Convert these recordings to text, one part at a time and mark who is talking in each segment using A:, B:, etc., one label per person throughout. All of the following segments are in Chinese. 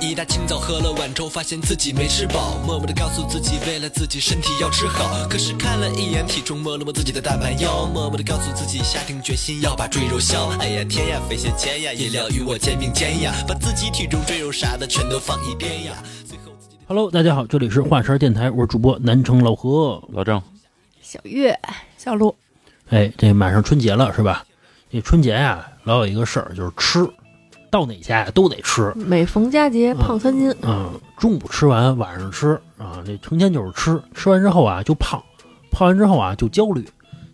A: 一大清早喝了碗粥，发现自己没吃饱，默默的告诉自己，为了自己身体要吃好。可是看了一眼体重，摸了摸自己的大盘腰，默默的告诉自己，下定决心要把赘肉消。哎呀天呀，肥蟹煎呀，也料与我肩并肩呀，把自己体重赘肉啥的全都放一边呀。最后自己
B: Hello，大家好，这里是华山电台，我是主播南城老何。
C: 老郑，
D: 小月、小鹿，
B: 哎，这马上春节了是吧？这春节呀、老有一个事儿就是吃，到哪家呀都得吃。
D: 每逢佳节胖三斤，
B: 嗯，中午吃完，晚上吃啊，这成天就是吃，吃完之后啊就胖，胖完之后啊就焦虑，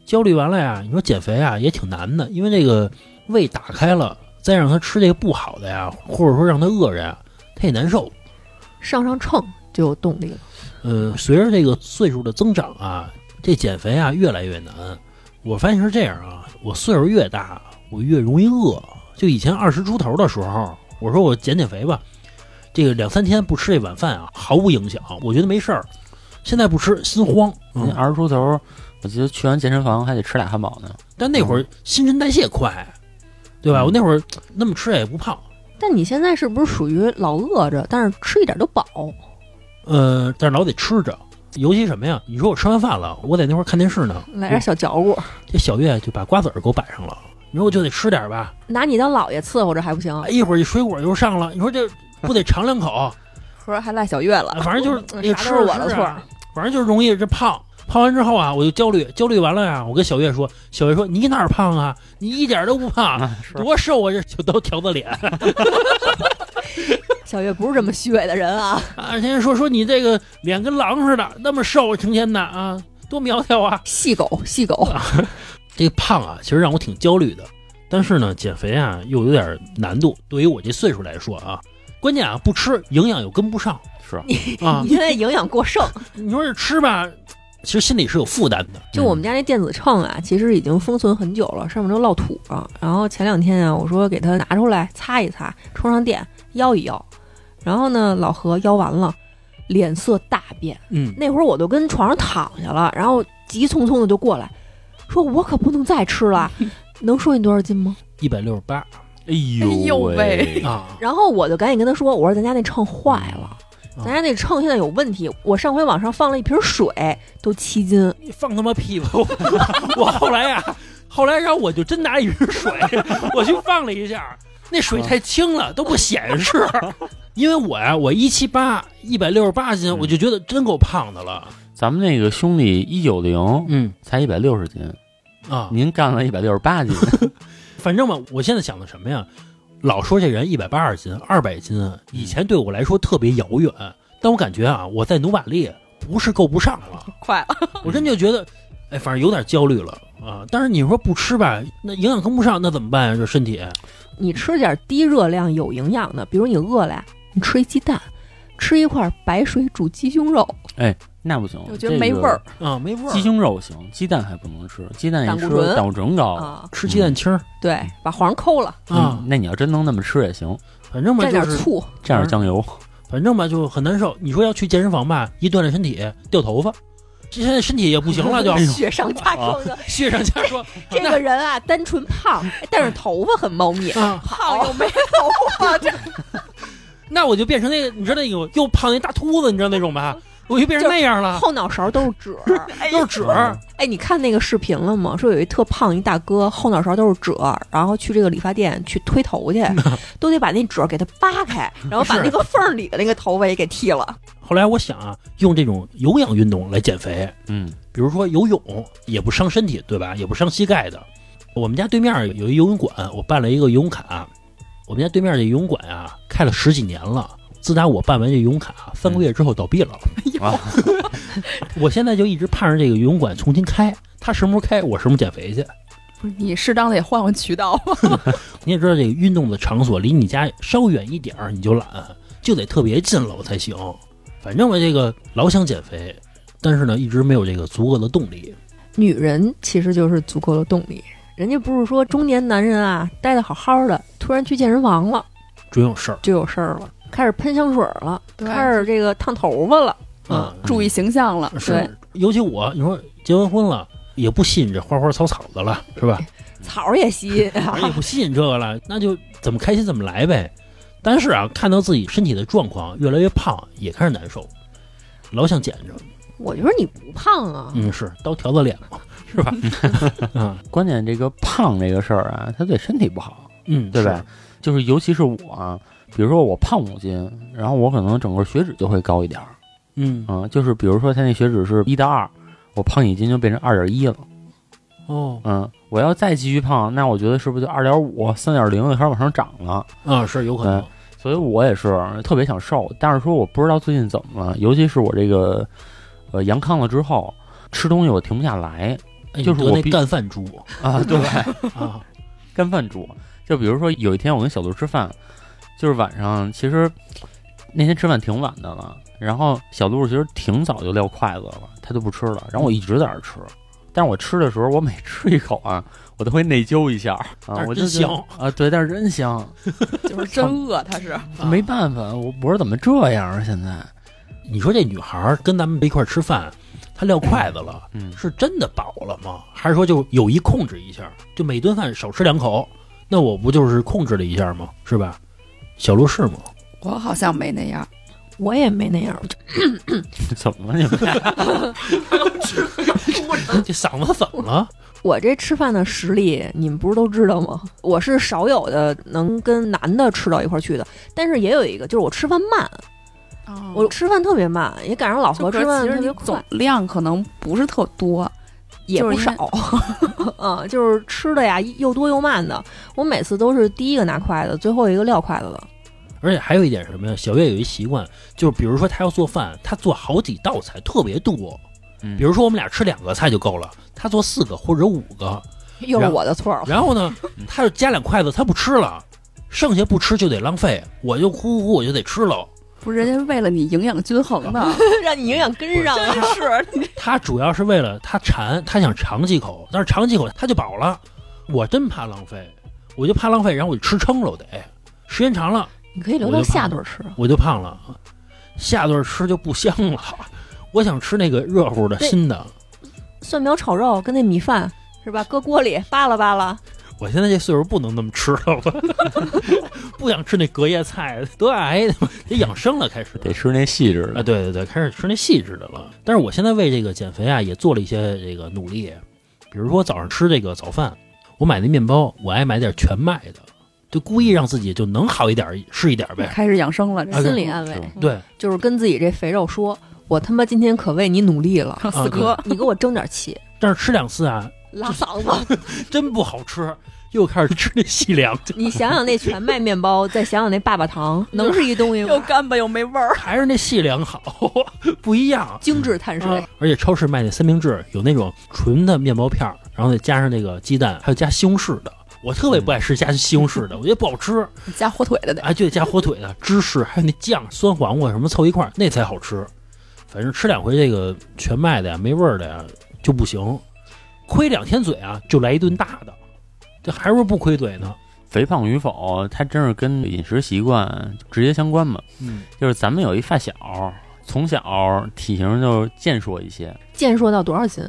B: 焦虑完了呀，你说减肥啊也挺难的，因为这个胃打开了，再让他吃这个不好的呀，或者说让他饿着呀，他也难受。
D: 上上秤就有动力了。
B: 呃，随着这个岁数的增长啊，这减肥啊越来越难。我发现是这样啊，我岁数越大，我越容易饿。就以前二十出头的时候，我说我减减肥吧，这个两三天不吃这晚饭啊，毫无影响，我觉得没事儿。现在不吃心慌，
C: 您
B: 嗯，
C: 二十出头，我记得去完健身房还得吃俩汉堡呢。
B: 但那会儿新陈代谢快，对吧？我那会儿那么吃也不胖，
D: 但你现在是不是属于老饿着，但是吃一点都饱？
B: 呃，但是老得吃着。尤其什么呀？你说我吃完饭了，我在那会儿看电视呢，
D: 来点小嚼骨，
B: 这小月就把瓜子儿给我摆上了。你说我就得吃点儿吧，
D: 拿你当老爷伺候着还不行？
B: 哎一会儿这水果又上了，你说这不得尝两口？啊
D: 合着还赖小月了
B: 啊，反正就是
D: 嗯
B: 也
D: 啥
B: 吃
D: 都是我的错
B: 吃啊，反正就是容易这胖。胖完之后啊，我就焦虑，焦虑完了呀、我跟小月说，小月说你哪儿胖啊？你一点都不胖，
C: 啊，是
B: 多瘦啊！这就都条子脸。
D: 小月不是这么虚伪的人 啊！
B: 啊，天天说说你这个脸跟狼似的，那么瘦，成天的啊，多苗条啊！
D: 细狗，细狗，
B: 这个胖啊，其实让我挺焦虑的。但是呢，减肥啊又有点难度，对于我这岁数来说啊，关键啊不吃营养又跟不上
C: 是，
B: 啊嗯
D: 你。现在营养过剩。
B: 你说是吃吧，其实心里是有负担的。
D: 就我们家那电子秤啊，其实已经封存很久了，上面都落土了。然后前两天啊，我说给它拿出来擦一擦，充上电，腰一腰。然后呢，老何腰完了，脸色大变。
B: 嗯，
D: 那会儿我都跟床上躺下了，然后急匆匆的就过来，说我可不能再吃 了，能说你多少斤吗？
B: 一百六十八
C: 哎
E: 哎呦喂，
B: 啊，
D: 然后我就赶紧跟他说，我说咱家那秤坏了，
B: 啊
D: 咱家那秤现在有问题，我上回往上放了一瓶水，都 七斤，
B: 你放他妈屁吧！我我后来呀、后来然后我就真拿一瓶水，我去放了一下，那水太轻了，都不显示。 因为我呀、我一七八，一百六十八斤，
C: 嗯
B: 我就觉得真够胖的了。
C: 咱们那个兄弟一九零
B: 嗯
C: 才一百六十斤，
B: 啊，
C: 您干了一百六十八斤，
B: 反正吧，我现在想的什么呀？老说这人一百八十斤、二百斤啊，以前对我来说特别遥远，但我感觉啊，我在努瓦力不是够不上了。
D: 快了，
B: 我真就觉得，哎，反正有点焦虑了啊。但是你说不吃吧，那营养跟不上，那怎么办呀、这身体，
D: 你吃点低热量有营养的，比如你饿了呀，你吃一鸡蛋，吃一块白水煮鸡胸肉，
C: 那不行，
E: 我觉得没味儿。。
B: 啊，没味儿。
C: 鸡胸肉行，鸡蛋还不能吃，鸡蛋一吃
D: 胆固醇
C: 胆固醇
B: 哦
C: 高。
D: 啊，
B: 吃鸡蛋清儿、
D: 对，把黄抠了，
B: 啊
C: 嗯，，那你要真能那么吃也行，
B: 反正吧
D: 蘸
B: 就
D: 点
B: 是，
D: 醋，
C: 蘸点酱油。
B: 反正吧就很难受。你说要去健身房吧，一锻炼身体掉头发，这现在身体也不行了， 啊就
D: 雪上加霜 的。
B: 血上加霜。
D: 这个人啊，单纯胖，但是头发很茂密，
B: 啊，
D: 胖又没头发，这
B: 那我就变成那个，你知道那个又胖那大秃子，你知道那种吧？我就变成那样了，
D: 后脑勺都是褶儿。
B: 又褶儿。
D: 哎，你看那个视频了吗？说有一特胖一大哥，后脑勺都是褶儿，然后去这个理发店去推头去，都得把那褶儿给他扒开，然后把
B: 是
D: 那个缝儿里的那个头发也给剃 了。
B: 后来我想啊，用这种有氧运动来减肥，
C: 嗯，
B: 比如说游泳也不伤身体，对吧？也不伤膝盖的。我们家对面有一游泳馆，我办了一个游泳卡。我们家对面这游泳馆啊，开了十几年了。自打我办完这游泳啊卡，三个月之后倒闭了。
C: 啊，
B: 我现在就一直盼着这个游泳馆重新开，它什么时候开，我什么时候减肥去。
E: 不是你适当的也换换渠道，
B: 你也知道，这个运动的场所离你家稍远一点儿你就懒，就得特别近了我才行。反正我这个老想减肥，但是呢，一直没有这个足够的动力。
D: 女人其实就是足够的动力，人家不是说中年男人啊，待的好好的，突然去健身房了
B: 准有事儿
D: 就有事儿了，开始喷香水儿了，
E: 对
D: 开始这个烫头发了。
B: 啊！
E: 注意形象了。对，
B: 是，尤其我，你说结完婚了，也不吸引这花花草草的了，是吧？哎
D: 草儿也吸引啊
B: 反正也不吸引这个了，那就怎么开心怎么来呗。但是啊，看到自己身体的状况越来越胖，也开始难受，老想减着。
D: 我就说你不胖啊，
B: 嗯，是刀条子脸嘛，是吧？啊，
C: 关键这个胖这个事儿啊，它对身体不好，
B: 嗯，
C: 对吧？就是尤其是我啊，比如说我胖五斤，然后我可能整个血脂就会高一点儿，
B: 是？嗯，
C: 嗯，就是比如说他那血脂是一到二，我胖一斤就变成二点一了，
B: 哦，
C: 嗯，我要再继续胖，那我觉得是不是就二点五、三点零就开始往上涨了？
B: 啊，是有可
C: 嗯
B: 能。
C: 所以我也是特别想瘦，但是说我不知道最近怎么了，尤其是我这个呃阳康了之后，吃东西我停不下来
B: 哎
C: 就是
B: 你得
C: 我
B: 那
C: 必
B: 干饭猪
C: 啊，对，
B: 啊，
C: 干饭猪。就比如说有一天我跟小杜吃饭，就是晚上，其实那天吃饭挺晚的了，然后小杜其实挺早就撂筷子了，他就不吃了，然后我一直在那儿吃。但是我吃的时候，我每吃一口啊，我都会内疚一下啊
B: 但，是
C: 我就
B: 真
C: 觉得
B: 香
C: 啊，对，但是真香，
E: 就是真饿，他是
C: 没办法，我我说怎么这样啊？现在，
B: 你说这女孩儿跟咱们一块儿吃饭，她撂筷子了，
C: 嗯，
B: 是真的饱了吗？还是说就有意控制一下，就每顿饭少吃两口？那我不就是控制了一下吗？是吧？小鹿是吗？
E: 我好像没那样。
D: 我也没那样，我就
C: 怎么了你们俩？
B: 这嗓子怎么了？
D: 我这吃饭的实力，你们不是都知道吗？我是少有的能跟男的吃到一块儿去的，但是也有一个，就是我吃饭慢，我
E: 我
D: 吃饭特别慢，也赶上老
E: 嗯就
D: 何
E: 可
D: 吃饭
E: 其
D: 特
E: 实
D: 别
E: 你
D: 快
E: 总，量可能不是特多，
D: 也不
E: 就是因为
D: 少， 啊，就是吃的呀又多又慢的，我每次都是第一个拿筷子，最后一个撂筷子的。
B: 而且还有一点是什么呀？小月有一习惯，就是比如说她要做饭，她做好几道菜，特别多。
C: 嗯
B: 比如说我们俩吃两个菜就够了，她做四个或者五个，
D: 又是我的错儿，
B: 然后 呢，她就夹两筷子，她不吃了，剩下不吃就得浪费，我就呼呼我就得吃喽。
E: 不是人家为了你营养均衡 呢，
D: 让你营养跟上啊！
E: 是
B: 她主要是为了她馋，她想尝几口，但是尝几口她就饱了。我真怕浪费，我就怕浪费，然后我就吃撑了，我得时间长了
D: 你可以留到下顿儿吃，
B: 我就胖了，下顿吃就不香了。 我想吃那个热乎的
D: 对
B: 新的。
D: 蒜苗炒肉跟那米饭是吧？搁锅里扒拉扒拉，
B: 我现在这岁数不能那么吃了，我 不想吃那隔夜菜，得癌得养生了，开始
C: 得吃那细致
B: 啊，
C: 的，
B: 对对对，开始吃那细致的了。但是我现在为这个减肥啊，也做了一些这个努力，比如说早上吃这个早饭，我买那面包，我爱买点全麦的，就故意让自己就能好一点是一点 呗。
E: 开始养生了，
B: 啊
E: 这
B: 对
D: 心理安慰
C: 是。
B: 对，
D: 就是跟自己这肥肉说：“我他妈今天可为你努力 了，
E: 死磕
D: 你给我争点气，
B: 但是吃两次啊，
D: 拉嗓子。
B: 真不好吃，又开始吃那细粮 去了。
D: 你想想那全麦面包，再想想那爸爸糖， 能是一东西吗？
E: 干巴又没味儿，
B: 还是那细粮好， 不一样。啊
D: 精致碳水，
B: 而且超市卖那三明治有那种纯的面包片儿，然后再加上那个鸡蛋，还有加西红柿的。我特别不爱吃加西红柿的，我觉得不好吃。
E: 加火腿的得。
B: 哎，就得加火腿的、芝士，还有那酱、酸黄瓜什么凑一块儿，那才好吃。反正吃两回这个全麦的呀，没味儿的呀就不行，亏两天嘴啊，就来一顿大的。这还说不亏嘴呢。
C: 肥胖与否，它真是跟饮食习惯直接相关嘛。
B: 嗯，
C: 就是咱们有一发小，从小体型就健硕一些，
D: 健硕到多少斤？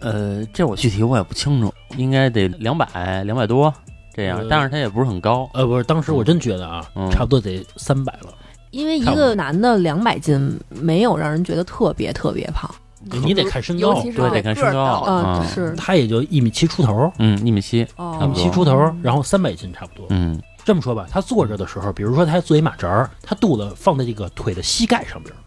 C: 呃，这我具体我也不清楚，应该得两百两百多这样
B: 呃，
C: 但是他也不是很高，
B: 呃，不是，当时我真觉得啊，
C: 嗯
B: 差不多得三百了。
D: 因为一
B: 看我
D: 个男的两百斤，没有让人觉得特别特别胖
B: 你得看身
E: 尤
B: 高
E: 其，是
C: 对，得看身高
E: 个儿高
D: 啊，
C: 啊
D: 就，是
B: 他也就一米七出头儿，
C: 嗯，一米七，
D: 哦，
B: 一
C: 差
B: 米
C: 不多
B: 七出头儿，然后三百斤差不多。
C: 嗯，
B: 这么说吧，他坐着的时候，比如说他坐一马扎儿，他肚子放在这个腿的膝盖上边儿，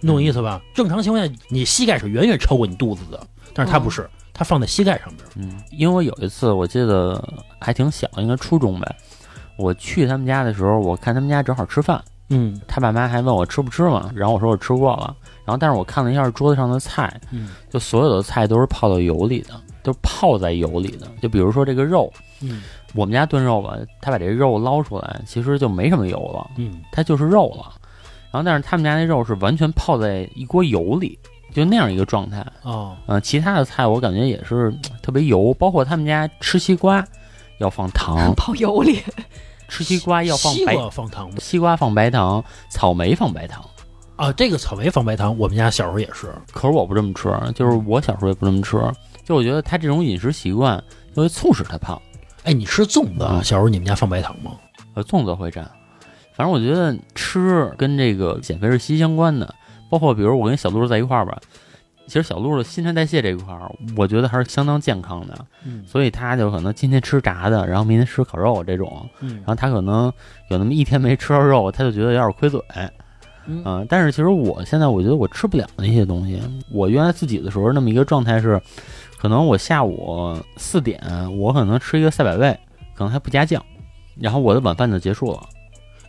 B: 你懂意思吧？正常情况下，你膝盖是远远超过你肚子的，但是他不是，他放在膝盖上边儿。
C: 嗯，因为我有一次我记得还挺小，应该初中呗，我去他们家的时候，我看他们家正好吃饭。
B: 嗯
C: 他爸妈还问我吃不吃嘛，然后我说我吃过了，然后但是我看了一下桌子上的菜，
B: 嗯
C: 就所有的菜都是泡到油里的，都是泡在油里的。就比如说这个肉，
B: 嗯
C: 我们家炖肉吧，他把这肉捞出来，其实就没什么油了，
B: 嗯，
C: 它就是肉了。然后但是他们家那肉是完全泡在一锅油里，就那样一个状态。
B: 哦，
C: 嗯、其他的菜我感觉也是嗯特别油，包括他们家吃西瓜要放糖
D: 泡油里。
C: 吃西瓜要放
B: 西
C: 白，
B: 瓜放糖吗？
C: 西瓜放白糖，草莓放白糖。
B: 啊，这个草莓放白糖，我们家小时候也是。
C: 可是我不这么吃，就是我小时候也不这么吃，就我觉得他这种饮食习惯就会促使他胖。
B: 哎，你吃粽子啊？
C: 嗯
B: 小时候你们家放白糖吗？
C: 呃，粽子会蘸，反正我觉得吃跟这个减肥是息息相关的，包括比如我跟小鹿在一块儿吧，其实小鹿的新陈代谢这一块儿，我觉得还是相当健康的，
B: 嗯
C: 所以他就可能今天吃炸的，然后明天吃烤肉这种，
B: 嗯
C: 然后他可能有那么一天没吃到肉，他就觉得有点亏嘴，
B: 嗯
C: 啊但是其实我现在我觉得我吃不了那些东西。我原来自己的时候那么一个状态是，可能我下午四点我可能吃一个赛百味，可能还不加酱，然后我的晚饭就结束了。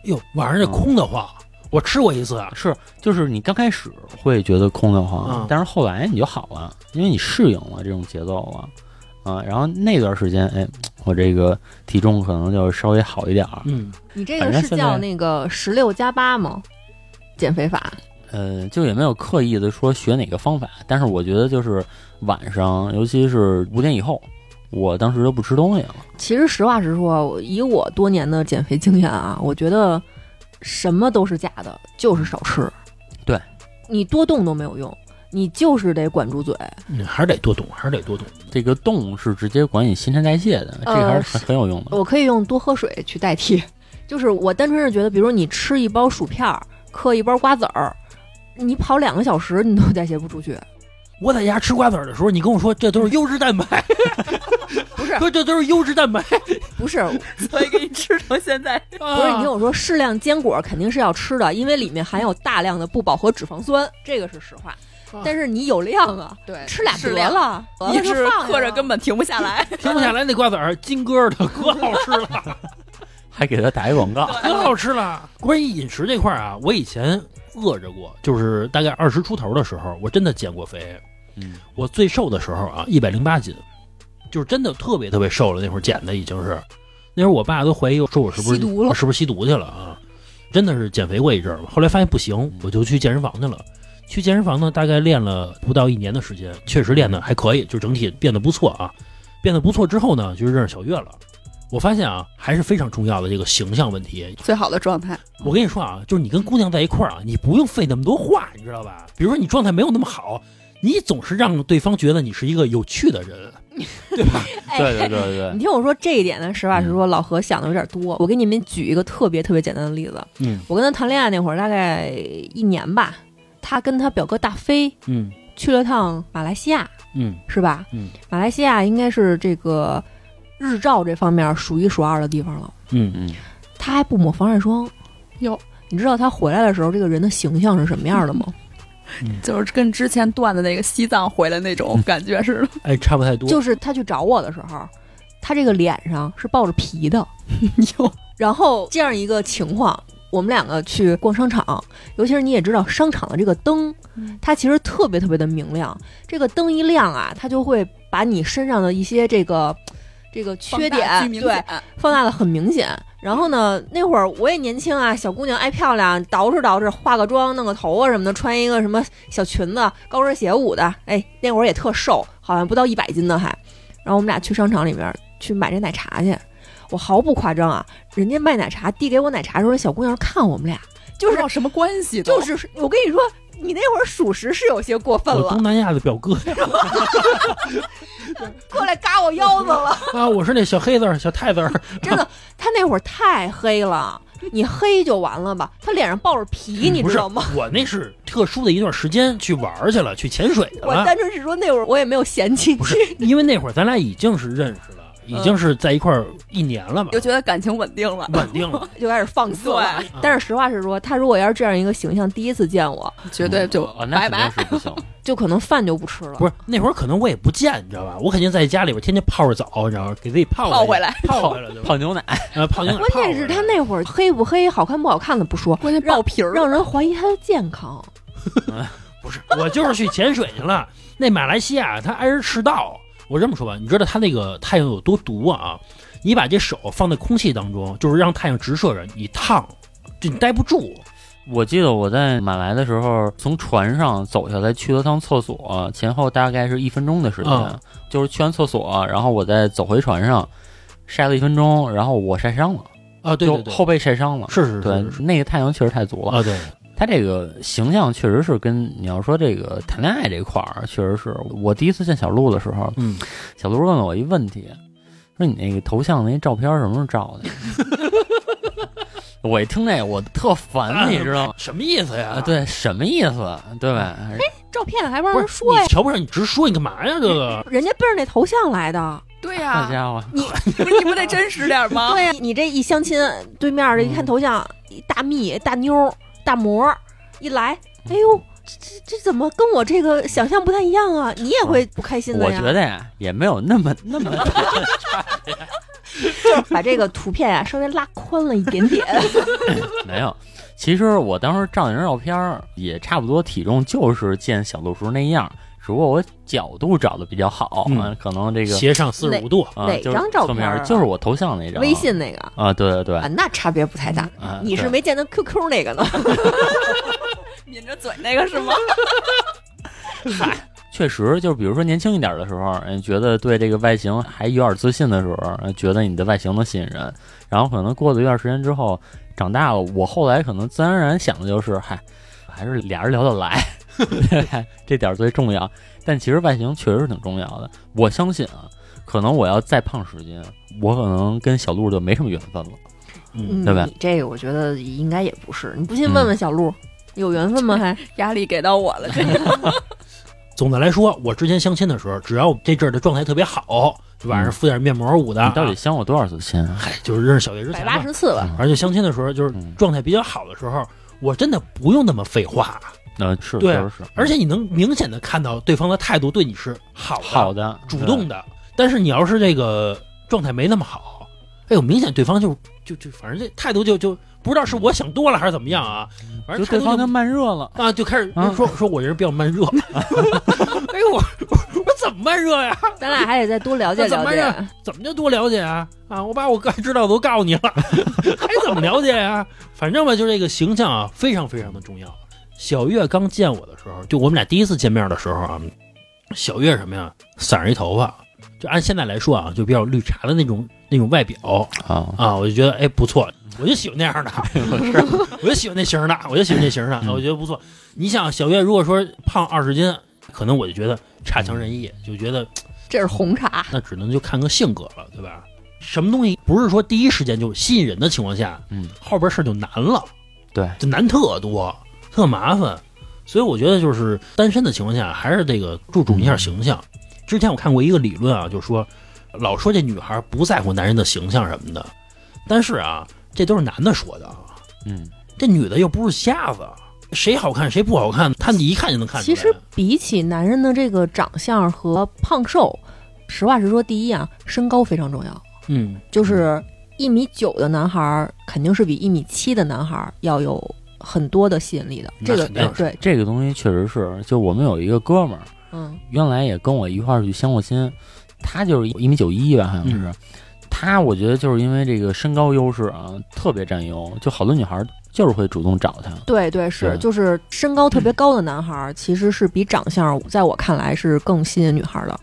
B: 哟，哎晚上这空得慌，我吃过一次，啊
C: 是，就是你刚开始会觉得空得慌，
B: 嗯
C: 但是后来你就好了，因为你适应了这种节奏了。啊，然后那段时间，哎，我这个体重可能就稍微好一点儿，
B: 嗯，
D: 你这
C: 反
D: 个
C: 正
D: 是
C: 现
D: 叫
C: 在
D: 那个十六加八吗？减肥法
E: 嗯
C: 呃，就也没有刻意的说学哪个方法，但是我觉得就是晚上，尤其是五点以后，我当时就不吃东西了。
D: 其实实话实说，我以我多年的减肥经验啊，我觉得什么都是假的，就是少吃。
C: 对，
D: 你多动都没有用，你就是得管住嘴。
B: 嗯你还是得多动，还是得多动。
C: 这个动是直接管你新陈代谢的，这个
D: 呃
C: 还是很很有用的。
D: 我可以用多喝水去代替。就是我单纯是觉得，比如你吃一包薯片儿，嗑一包瓜子儿，你跑两个小时，你都代谢不出去。
B: 我在家吃瓜子儿的时候，你跟我说这都是优质蛋白，
D: 不是
B: 说这都是优质蛋白，
D: 不 是，
E: 所以给你吃成现在。
D: 不
B: 不
D: 是，你听我说，适量坚果肯定是要吃的，因为里面含有大量的不饱和脂肪酸，这个是实话
E: 嗯。
D: 但是你有量啊，
E: 对，
D: 吃俩
E: 适
D: 得
E: 量，
D: 了，得了
E: 一
D: 就
E: 直
D: 放
E: 嗑着
D: 了
E: 根本停不下来。
B: 停不下来那瓜子儿，金哥的可好吃了。
C: 还给他打一广告，
B: 可好吃了。关于饮食这块儿啊，我以前饿着过，就是大概二十出头的时候，我真的减过肥。
C: 嗯，
B: 我最瘦的时候啊，一百零八斤，就是真的特别特别瘦了。那会儿减的已经是，那会儿我爸都怀疑说我是不是
E: 吸毒了
B: 我是不是吸毒去了啊？真的是减肥过一阵儿，后来发现不行，我就去健身房去了。去健身房呢，大概练了不到一年的时间，确实练的还可以，就整体变得不错啊。变得不错之后呢，就认识小月了。我发现啊，还是非常重要的这个形象问题，
E: 最好的状态，
B: 我跟你说啊，就是你跟姑娘在一块儿啊，你不用费那么多话，你知道吧？比如说你状态没有那么好，你总是让对方觉得你是一个有趣的人。
C: 对对对对
D: 哎你 听我说这一点呢，实话实说，老何想的有点多。我给你们举一个特别特别简单的例子，
B: 嗯
D: 我跟他谈恋爱那会儿，大概一年吧，他跟他表哥大飞
B: 嗯
D: 去了趟马来西亚，
B: 嗯
D: 是吧？
B: 嗯，
D: 马来西亚应该是这个日照这方面数一数二的地方了。
B: 嗯，
C: 嗯，
D: 他还不抹防晒霜，
E: 哟，
D: 你知道他回来的时候这个人的形象是什么样的吗？
E: 就是跟之前断的那个西藏回来那种感觉似的。
B: 哎，差不太多。
D: 就是他去找我的时候，他这个脸上是抱着皮的。
E: 哟，
D: 然后这样一个情况，我们两个去逛商场，尤其是你也知道商场的这个灯
E: 嗯，
D: 它其实特别特别的明亮。这个灯一亮啊，它就会把你身上的一些这个这个缺
E: 放大
D: 点
E: 居民
D: 对
E: 点，
D: 放大的很明显。然后呢，那会儿我也年轻啊，小姑娘爱漂亮，捯饬捯饬，化个妆，弄个头啊发什么的，穿一个什么小裙子、高跟鞋舞的。哎，那会儿也特瘦，好像不到一百斤呢还。然后我们俩去商场里边去买这奶茶去，我毫不夸张啊，人家卖奶茶递给我奶茶的时候，那小姑娘看我们俩，
E: 不
D: 就
E: 知
D: 是
E: 道什么关系都，
D: 就是，我跟你说，你那会儿属实是有些过分
B: 我
D: 了
B: 东，南亚的表哥
D: 过来嘎我腰子了。
B: 啊，我是那小黑子儿、小太子儿，
D: 真的，他那会儿太黑了，你黑就完了吧？他脸上抱着皮， 你
B: 嗯不
D: 知
B: 是
D: 道吗？？
B: 我那是特殊的一段时间去玩儿去了，去潜水去
D: 我
B: 了。
D: 单纯是说那会儿我也没有嫌弃
B: 不
D: 你
B: 是， 因为那会儿咱俩已经是认识了，已
D: 嗯
B: 经是在一块儿一年了嘛
E: 就，觉得感情稳定了。
B: 稳定了。
D: 就开始放肆了
E: 对。
D: 但是实话实说，他如果要是这样一个形象，第一次见我
E: 绝对就
C: 啊，那肯
E: 拜
C: 定
E: 拜。
C: 是不 行。
D: 就可能饭就不吃了。
B: 不是那会儿可能我也不见，你知道吧？我肯定在家里边天天泡着澡，你知道吗？给自己泡
E: 泡
B: 回
E: 回来，
B: 泡回来 对吧？
C: 泡牛奶，
B: 呃，泡牛奶
D: 关
B: 泡回
D: 键
B: 来。
D: 是他那会儿黑不黑、好看不好看的不说，
E: 关键爆皮儿，
D: 让人怀疑他的健康。
B: 不是，我就是去潜水去了。 那马来西亚他挨着赤道，我这么说吧，你知道他那个太阳有多毒啊？你把这手放在空气当中，就是让太阳直射着，你烫，就你待不住。
C: 我记得我在马来的时候，从船上走下来去了趟厕所，前后大概是一分钟的时间，
B: 嗯
C: 就是去完厕所，然后我再走回船上，晒了一分钟，然后我晒伤了，
B: 啊，对对
C: 就
B: 对，
C: 后背晒伤了。
B: 是是
C: 对
B: 是是，是
C: 那个太阳确实太足了。
B: 啊，对，
C: 他这个形象确实是跟你要说这个谈恋爱这块儿，确实是我第一次见小鹿的时候，
B: 嗯，
C: 小鹿问了我一问题，说你那个头像那照片什么时候照的？ 我一听这个我 特烦，你知道吗？
B: 啊什么意思呀
C: 啊，？对，什么意思？对吧？
D: 照片还帮
B: 不
D: 人
B: 是
D: 说呀
B: 你，瞧不上你直说，你干嘛呀？这个
D: 人家奔着那头像来的。
E: 对
C: 好
E: 呀，
C: 家伙，
E: 不啊是你不得真实点
C: 啊
E: 吗？
D: 对呀，啊你这一相亲，对面这一
C: 嗯
D: 看头像，一大蜜、大妞儿、大模儿一来，哎呦，这这这怎么跟我这个想象不太一样啊？你也会不开心的
C: 我
D: 呀。
C: 觉得呀也没有那么 那么
D: 把这个图片啊稍微拉宽了一点 点。
C: 没有。其实我当时照那张照片儿也差不多，体重就是见小鹿叔那样，只不过我角度找的比较好，
B: 嗯
C: 啊可能这个
B: 斜上四十五度，
C: 啊
D: 哪
C: 就是
D: 张照
C: 侧
D: 片儿啊
C: 面就是我头像那张，
D: 微信那个啊，
C: 啊，对对对，
D: 那差别不太大。
C: 啊
D: 你是
C: 对啊
D: 没见到 QQ 那个呢？
E: 抿着嘴那个是吗？
C: 确实，就是比如说年轻一点的时候，嗯，觉得对这个外形还有点自信的时候，呃觉得你的外形能吸引人。然后可能过了一段时间之后，长大了，我后来可能自然而然想的就是，嗨， 还是俩人聊得来，这点儿最重要。但其实外形确实挺重要的。我相信啊，可能我要再胖十斤，我可能跟小鹿就没什么缘分了。
B: 嗯，
D: 嗯
C: 对吧嗯
D: 你这个我觉得应该也不是，你不信问问小鹿，有缘分吗？还
E: 压力给到我了，这个
B: 总的来说，我之前相亲的时候，只要这阵儿的状态特别好，晚上敷点面膜捂的，
C: 嗯你到底相我多少次亲
B: 啊
C: 啊？
B: 嗨，就是认识小月之
D: 百
B: 前
D: 八
B: 嘛，
D: 十次吧。
B: 而且相亲的时候，就是
C: 嗯
B: 状态比较好的时候，我真的不用那么废话，
C: 呃，是，
B: 对
C: 确实是，
B: 而且你能明显的看到对方的态度对你是好的、
C: 好的，嗯
B: 主动的。但是你要是这个状态没那么好，哎呦，明显对方就就就反正这态度就就不知道是我想多了还是怎么样啊，反正
C: 对，嗯就
B: 态
C: 对
B: 度
C: 方
B: 就
C: 就慢热了。
B: 啊，就开始
C: 啊
B: 说、说我这人比较慢热， 哎呦，我我我怎么慢热呀？
D: 咱俩还得再多了解
B: 怎
D: 了
B: 么
D: 解
B: 着。怎么就多了解啊？啊，我把我该知道的都告诉你了， 还怎么了解呀、反正吧，就这个形象啊，非常非常的重要。小月刚见我的时候，就我们俩第一次见面的时候啊，小月什么呀，散着一头发，就按现在来说啊，就比较绿茶的那种那种外表
C: 啊，
B: 啊，我就觉得哎不错，我就喜欢那样的，我就喜欢那型儿的，我就喜欢那型儿的，
C: 嗯
B: 我觉得不错。你想，小月如果说胖二十斤，可能我就觉得差强人意，就觉得
D: 这是红茶，
B: 那只能就看个性格了，对吧？什么东西不是说第一时间就吸引人的情况下，
C: 嗯，
B: 后边事儿就难了，
C: 对，
B: 就难特多，特麻烦。所以我觉得就是单身的情况下，还是这个注重一下形象。
C: 嗯
B: 之前我看过一个理论啊，就说老说这女孩不在乎男人的形象什么的，但是啊，这都是男的说的，啊，
C: 嗯，
B: 这女的又不是瞎子，谁好看谁不好看，她一看就能看出
D: 其
B: 来。
D: 实比起男人的这个长相和胖瘦，实话实说，第一啊，身高非常重要。
B: 嗯，
D: 就是一米九的男孩儿肯定是比一米七的男孩儿要有很多的吸引力的。
B: 那
D: 这个
B: 肯定是
D: 对，
C: 这个东西确实是，就我们有一个哥们儿，
D: 嗯，
C: 原来也跟我一块儿去相过亲，他就是一米九一吧，好像是。他我觉得就是因为这个身高优势啊，特别占优，就好多女孩儿就是会主动找他。
D: 对对是，
C: 对
D: 就是身高特别高的男孩儿，其实是比长相在我看来是更吸引女孩儿的。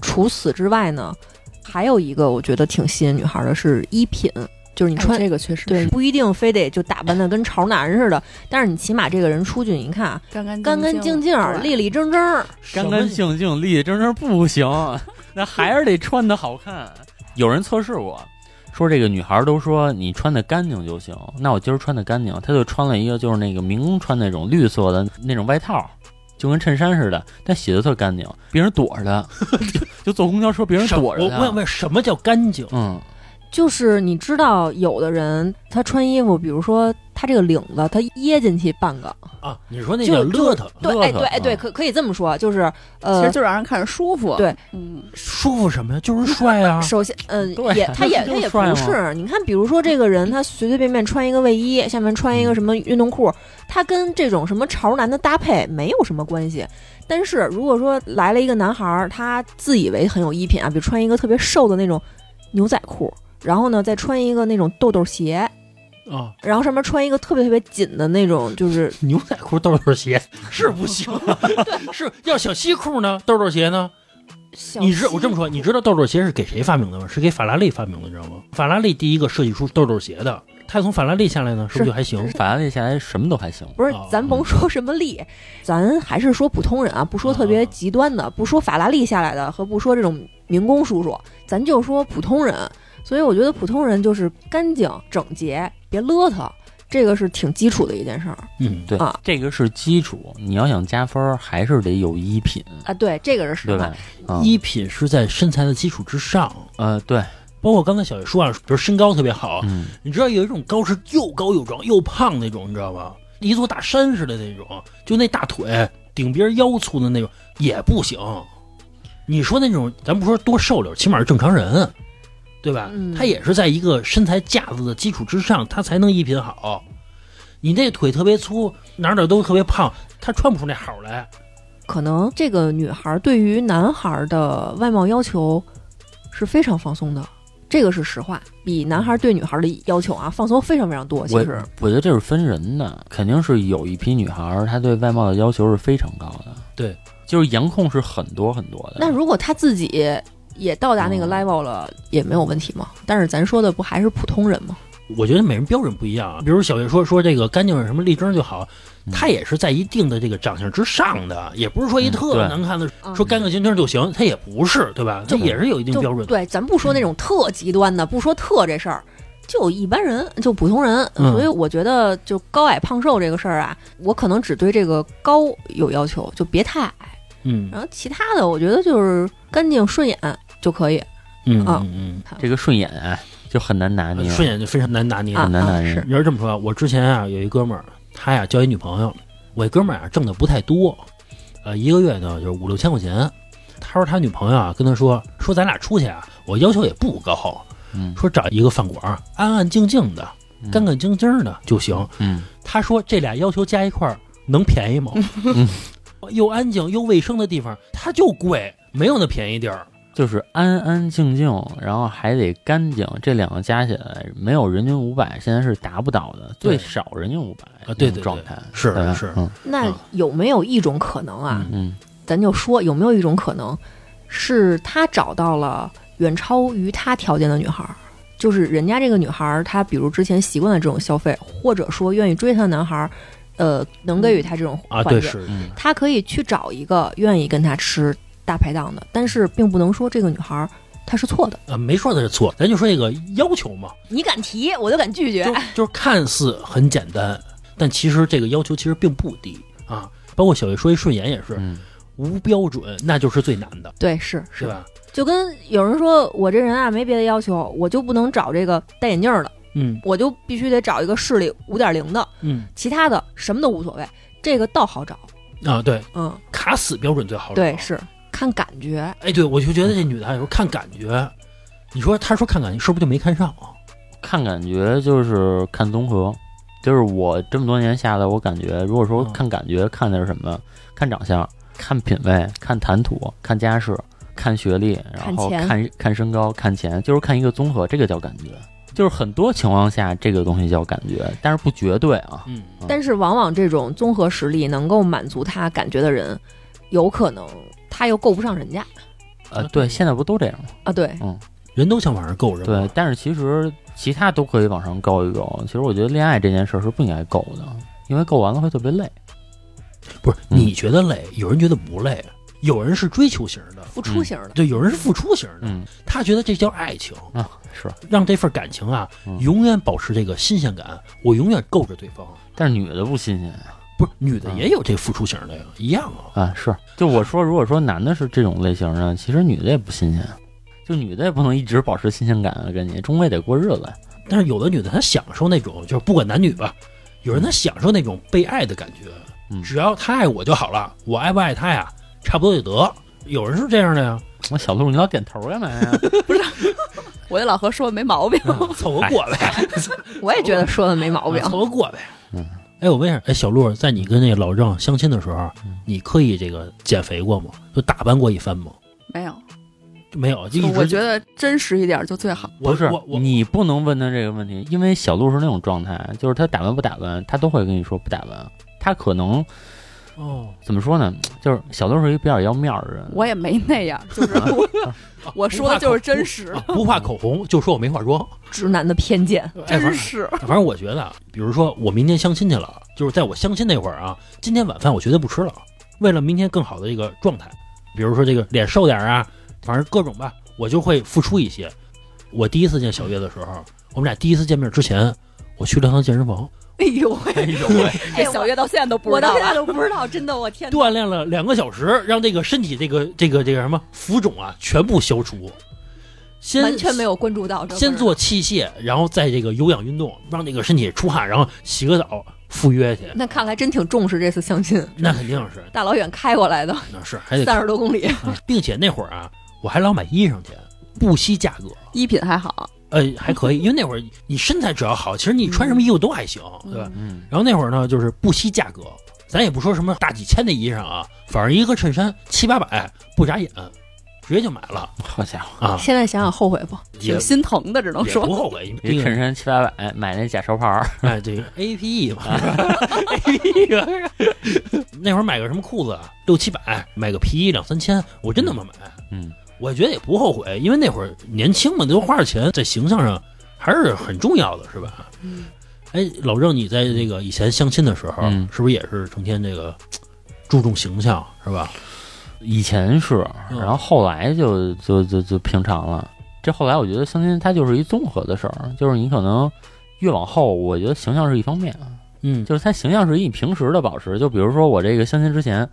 D: 除此之外呢，还有一个我觉得挺吸引女孩儿的是衣品，就是你穿
B: 啊
E: 这个确实
D: 对，不一定非得就打扮的跟潮男似的，但是你起码这个人出去，你看啊，
E: 干干
D: 干干净净儿、立立正正儿，
C: 干干净净、立立正正不 行，那还是得穿的好看。有人测试过，说这个女孩儿都说你穿的干净就行。那我今儿穿的干净，她就穿了一个就是那个民工穿那种绿色的那种外套，就跟衬衫似的，但洗的特干净，别人躲着她，就就坐公交车别人
B: 什
C: 躲
B: 我
C: 着
B: 我
C: 她。
B: 想问什么叫干净？
C: 嗯，
D: 就是你知道，有的人他穿衣服，比如说他这个领子，他掖进去半个，
B: 啊，你说那
D: 就
B: 叫
D: 就
B: 邋遢，
D: 对，
C: 乐
D: 哎，
C: 呵
D: 对，哎，对，
C: 嗯
D: 可可以这么说，就是
E: 其
D: 呃
E: 实，就让人看着舒服。
D: 对，！
E: 嗯，
B: 舒服什么呀？就是帅啊
D: 首先，嗯
C: 对，
D: 也他也
C: 这
D: 他
C: 不
D: 也
C: 就帅
D: 不
C: 吗
D: 是，你看，比如说这个人，他随随便便穿一个卫衣，下面穿
C: 嗯
D: 一个什么运动裤，他跟这种什么潮男的搭配没有什么关系。但是如果说来了一个男孩儿，他自以为很有衣品啊，比如穿一个特别瘦的那种牛仔裤，然后呢再穿一个那种豆豆鞋，
B: 啊，
D: 然后上面穿一个特别特别紧的那种，就是
B: 牛仔裤、豆豆鞋是不行，啊 是要小西裤呢，豆豆鞋呢？
D: 小
B: 你知我这么说，你知道豆豆鞋是给谁发明的吗？是给法拉利发明的，你知道吗？法拉利第一个设计出豆豆鞋的，他从法拉利下来呢，是不
D: 是
B: 是就还行？
C: 法拉利下来什么都还行。
D: 不是
B: 哦，
D: 咱
C: 嗯
D: 甭说什么利，咱还是说普通人啊，不说特别极端的，不说法拉利下来的和不说这种民工叔叔，咱就说普通人。所以我觉得普通人就是干净整洁，别邋遢，这个是挺基础的一件事儿
B: 嗯，
C: 对
D: 啊，
C: 这个是基础。你要想加分儿，还是得有衣品，
D: 啊。对，这个是
C: 嗯
D: 实
C: 对
D: 话
C: 吧。？啊，
B: 衣品是在身材的基础之上，
C: 呃，对，
B: 包括刚才小月说啊，比如身高特别
D: 哦
B: 好，
C: 嗯，
B: 你知道有一种高是又高又壮又胖那种，你知道吗？一座大山似的那种，就那大腿顶边腰粗的那种也不行。你说那种，咱不说多瘦溜，起码是正常人，对吧？
D: 嗯
B: 他也是在一个身材架子的基础之上，他才能衣品好。你那腿特别粗，哪儿哪儿都特别胖，他穿不出那好来。
D: 可能这个女孩对于男孩的外貌要求是非常放松的，这个是实话，比男孩对女孩的要求啊放松非常非常多。其
C: 我
D: 实，
C: 我觉得这是分人的，肯定是有一批女孩儿，她对外貌的要求是非常高的，
B: 对，
C: 就是颜控是很多很多的。
D: 那如果她自己也到达那
B: 哦
D: 个
C: 嗯
D: level 了，也没有问题嘛。但是咱说的不还是普通人吗？
B: 我觉得每人标准不一样啊。比如小月说说这个干净什么立正就好，
C: 嗯
B: 他也是在一定的这个长相之上的，也不是说一
C: 嗯
B: 特
C: 对
B: 难看的
D: 啊
B: 说干干净净就行，他也不是，对吧？他
C: 就
B: 也是有一定
D: 就
B: 标准的。
D: 对，咱不说那种特极端的，不说特这事儿，就一般人，就普通人。
B: 嗯
D: 所以我觉得，就高矮胖瘦这个事儿啊，我可能只对这个高有要求，就别太矮。
B: 嗯
D: 然后其他的，我觉得就是干净顺眼就可以。
B: 嗯
D: 啊
B: 嗯
C: 这个顺眼啊就很难拿
B: 嗯，
C: 捏，
B: 顺眼就非常难拿捏。
D: 啊
C: 很难拿
D: 啊
C: 捏
D: 是。
B: 你要这么说啊，我之前啊有一哥们儿，他呀交一女朋友，我一哥们儿啊挣的不太多，呃，一个月呢就是五六千块钱。他说他女朋友啊跟他说说咱俩出去啊，我要求也不高，
C: 嗯
B: 说找一个饭馆儿安安静静的、干干净净的就行。
C: 嗯，
B: 他说这俩要求加一块儿能便宜吗？
C: 嗯
B: 又安静又卫生的地方，它就贵，没有那便宜地儿。
C: 就是安安静静，然后还得干净，这两个加起来没有人均五百，现在是达不到的，
B: 对
C: 最少人均五百
B: 啊对对对
C: 状态
B: 是
C: 对吧
B: 是
C: 嗯
D: 那
B: 嗯
D: 有没有一种可能啊？
C: 嗯
D: 咱就说有没有一种可能，是他找到了远超于他条件的女孩儿，就是人家这个女孩儿，她比如之前习惯了这种消费，或者说愿意追她的男孩儿，呃，能给予她这种
B: 啊，
D: 环
B: 对
D: 境，
B: 是，
C: 嗯
D: 他可以去找一个愿意跟他吃大排档的，但是并不能说这个女孩儿她是错的。
B: 呃，没说他是错，咱就说这个要求嘛，
D: 你敢提，我就敢拒绝
B: 就就是看似很简单，但其实这个要求其实并不低啊。包括小月说一顺眼也是
C: 嗯
B: 无标准，那就是最难的，
D: 对，是
B: 是
D: 是，
B: 吧？
D: 就跟有人说我这人啊没别的要求，我就不能找这个戴眼镜儿的，
B: 嗯
D: 我就必须得找一个视力五点零的，
B: 嗯
D: 其他的什么都无所谓，这个倒好找。
B: 啊，对，
D: 嗯，
B: 卡死标准最好找
D: 对，是看感觉。
B: 哎，对我就觉得这女的啊有时候看感觉，你说她说看感觉是不是就没看上啊？
C: 看感觉就是看综合，就是我这么多年下来，我感觉如果说
B: 嗯
C: 看感觉，看的是什么？看长相，看品味，看谈吐，看家世，看学历，然后
D: 看钱
C: 看看身高，看钱，就是看一个综合，这个叫感觉。就是很多情况下，这个东西叫感觉，但是不绝对啊。
B: 嗯
D: 但是往往这种综合实力能够满足他感觉的人，有可能他又够不上人家
C: 呃，对，现在不都这样吗？
D: 啊。对，
B: 人都想往上够人嘛，
C: 对，但是其实其他都可以往上够一够。其实我觉得恋爱这件事儿是不应该够的，因为够完了会特别累。
B: 不是
C: 嗯
B: 你觉得累，有人觉得不累，有人是追求型的，
D: 付出型的。
B: 对，有人是付出型的，
C: 嗯
B: 他觉得这叫爱情，
C: 啊，是。
B: 让这份感情啊
C: 嗯
B: 永远保持这个新鲜感，我永远够着对方。
C: 但是女的不新鲜。
B: 不是女的
C: 嗯
B: 也有这付出型的呀，一样啊。
C: 啊，是，就我说，如果说男的是这种类型的，其实女的也不新鲜，啊就女的也不能一直保持新鲜感啊，跟你终归得过日子。
B: 但是有的女的她享受那种，就是不管男女吧，有人她享受那种被爱的感觉，
C: 嗯
B: 只要他爱我就好了，我爱不爱他呀，差不多就得。有人是这样的呀，
C: 我小鹿，你老点头干嘛呀？
E: 嗯我觉得老何说的没毛病。
B: 凑合 过呗，
E: 哎
D: 我也觉得说的没毛病
B: 啊。凑合过呗。
C: 嗯嗯，
B: 哎，我问一下，哎，小鹿，在你跟那个老郑相亲的时候，你刻意这个减肥过吗？就打扮过一番吗？
E: 没有，
B: 就没有，就一直
E: 我觉得真实一点就最好。
B: 我
C: 不是
B: 我，我
C: 你不能问他这个问题，因为小鹿是那种状态，就是他打扮不打扮，他都会跟你说不打扮。他可能
B: 哦，
C: 怎么说呢？就是小鹿是一个比较要面儿的人，
E: 我也没那样， 就是我
B: 啊
E: 我说的就是真实
B: 不怕口啊不怕口红，就说我没化妆。
D: 直男的偏见，
B: 哎，反
E: 真
B: 正
E: 实。
B: 反正我觉得啊，比如说我明天相亲去了，就是在我相亲那会儿啊，今天晚饭我绝对不吃了，为了明天更好的一个状态，比如说这个脸瘦点儿啊，反正各种吧，我就会付出一些。我第一次见小月的时候，我们俩第一次见面之前，我去了趟健身房，
D: 哎呦喂，
C: 哎呦喂，
E: 这小月到现在都不
D: 我
E: 知
D: 到
E: 道啊
D: 现在
E: 了。
D: 都不知道，真的，我天哪！
B: 锻炼了两个小时，让这个身体这个这个这个什么浮肿啊全部消除。先
D: 完全没有关注到这个人，
B: 先
E: 啊
B: 做器械，然后再这个有氧运动，让这个身体出汗，然后洗个澡赴约去。
D: 那看来真挺重视这次相亲，
B: 那肯定是，
D: 大老远开过来的，
B: 那是还得
D: 三十多公里，
B: 啊并且那会儿啊，我还老买衣裳去，不惜价格。
E: 衣品还好，
B: 呃，还可以，因为那会儿你身材只要好，其实你穿什么衣服都还行，对吧？
C: 嗯，
B: 然后那会儿呢，就是不惜价格，咱也不说什么大几千的衣裳啊，反正一个衬衫七八百，不眨眼，直接就买了
C: 好家伙，
B: 啊，
D: 现在想想后悔不？
B: 也
E: 挺心疼的，只能
B: 也
E: 说
B: 不后悔。这
C: 一
B: 个
C: 衬衫七八百，买那假潮牌儿，
B: 哎，这个 A P E 嘛，A P E，那会 儿买个什么裤子啊，六七百，买个皮衣两三千，我真那么买，
C: 嗯，
B: 我觉得也不后悔，因为那会儿年轻嘛，都花着钱，在形象上还是很重要的，是吧？
D: 嗯。
B: 哎，老郑，你在这个以前相亲的时候，
C: 嗯
B: 是不是也是成天这个注重形象，是吧？
C: 以前是，
B: 嗯
C: 然后后来就就就就平常了。这后来我觉得相亲它就是一综合的事儿，就是你可能越往后，我觉得形象是一方面，
B: 嗯
C: 就是它形象是以你平时的保持。就比如说我这个相亲之前，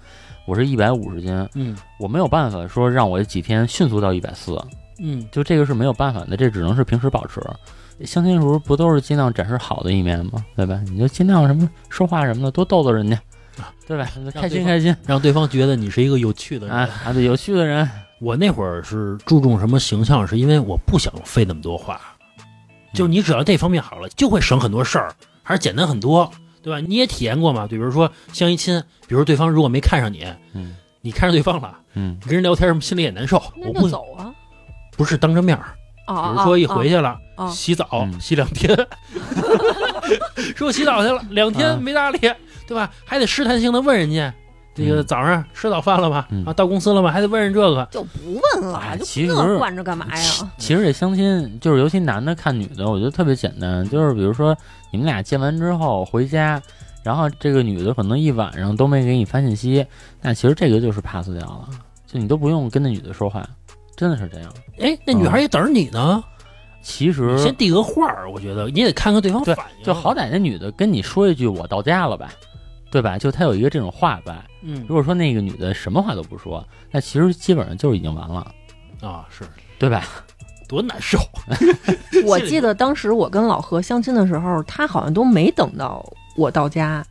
C: 我是一百五十斤，
B: 嗯
C: 我没有办法说让我几天迅速到一百四，
B: 嗯
C: 就这个是没有办法的，这只能是平时保持。相亲的时候不都是尽量展示好的一面吗？对吧？你就尽量什么说话什么的多逗逗人家
B: 啊，
C: 对吧？
B: 方
C: 开心开心
B: 让对方觉得你是一个有趣的人。
C: 啊啊！对，有趣的人，
B: 我那会儿是注重什么形象，是因为我不想费那么多话，就
C: 嗯
B: 你只要这方面好了，就会省很多事儿，还是简单很多，对吧？你也体验过嘛？比如说相一亲，比如对方如果没看上你，
C: 嗯
B: 你看上对方了，
C: 嗯
B: 你跟人聊天什么心里也难受。
D: 那
B: 我
D: 就
B: 不
D: 走啊！
B: 不是当着面儿，比
D: 啊，
B: 如说一回去了，
D: 啊啊
B: 洗澡
C: 嗯
B: 洗两天， 说我洗澡去了，两天
C: 啊
B: 没搭理，对吧？还得试探性的问人家，这个
C: 嗯
B: 早上吃早饭了吗？
C: 嗯
B: 啊，到公司了吗？还得问人这个，
D: 就不问了，
C: 哎
D: 就
C: 其实
D: 那惯着干嘛
C: 其
D: 呀？
C: 其实这相亲就是，尤其男的看女的，我觉得特别简单。就是比如说，你们俩见完之后回家，然后这个女的可能一晚上都没给你发信息，那其实这个就是 pass 掉了，就你都不用跟那女的说话，真的是这样。
B: 哎，那女
C: 啊
B: 孩也等着你呢，
C: 其实
B: 你先递个话儿，我觉得你也得看看对方
C: 嗯对
B: 反应，
C: 就好，歹那女的跟你说一句“我到家了吧”，对吧？就她有一个这种话吧。
B: 嗯
C: 如果说那个女的什么话都不说，那其实基本上就是已经完了，
B: 啊，是
C: 对吧？
B: 多难受。
D: 我记得当时我跟老何相亲的时候，他好像都没等到我到家，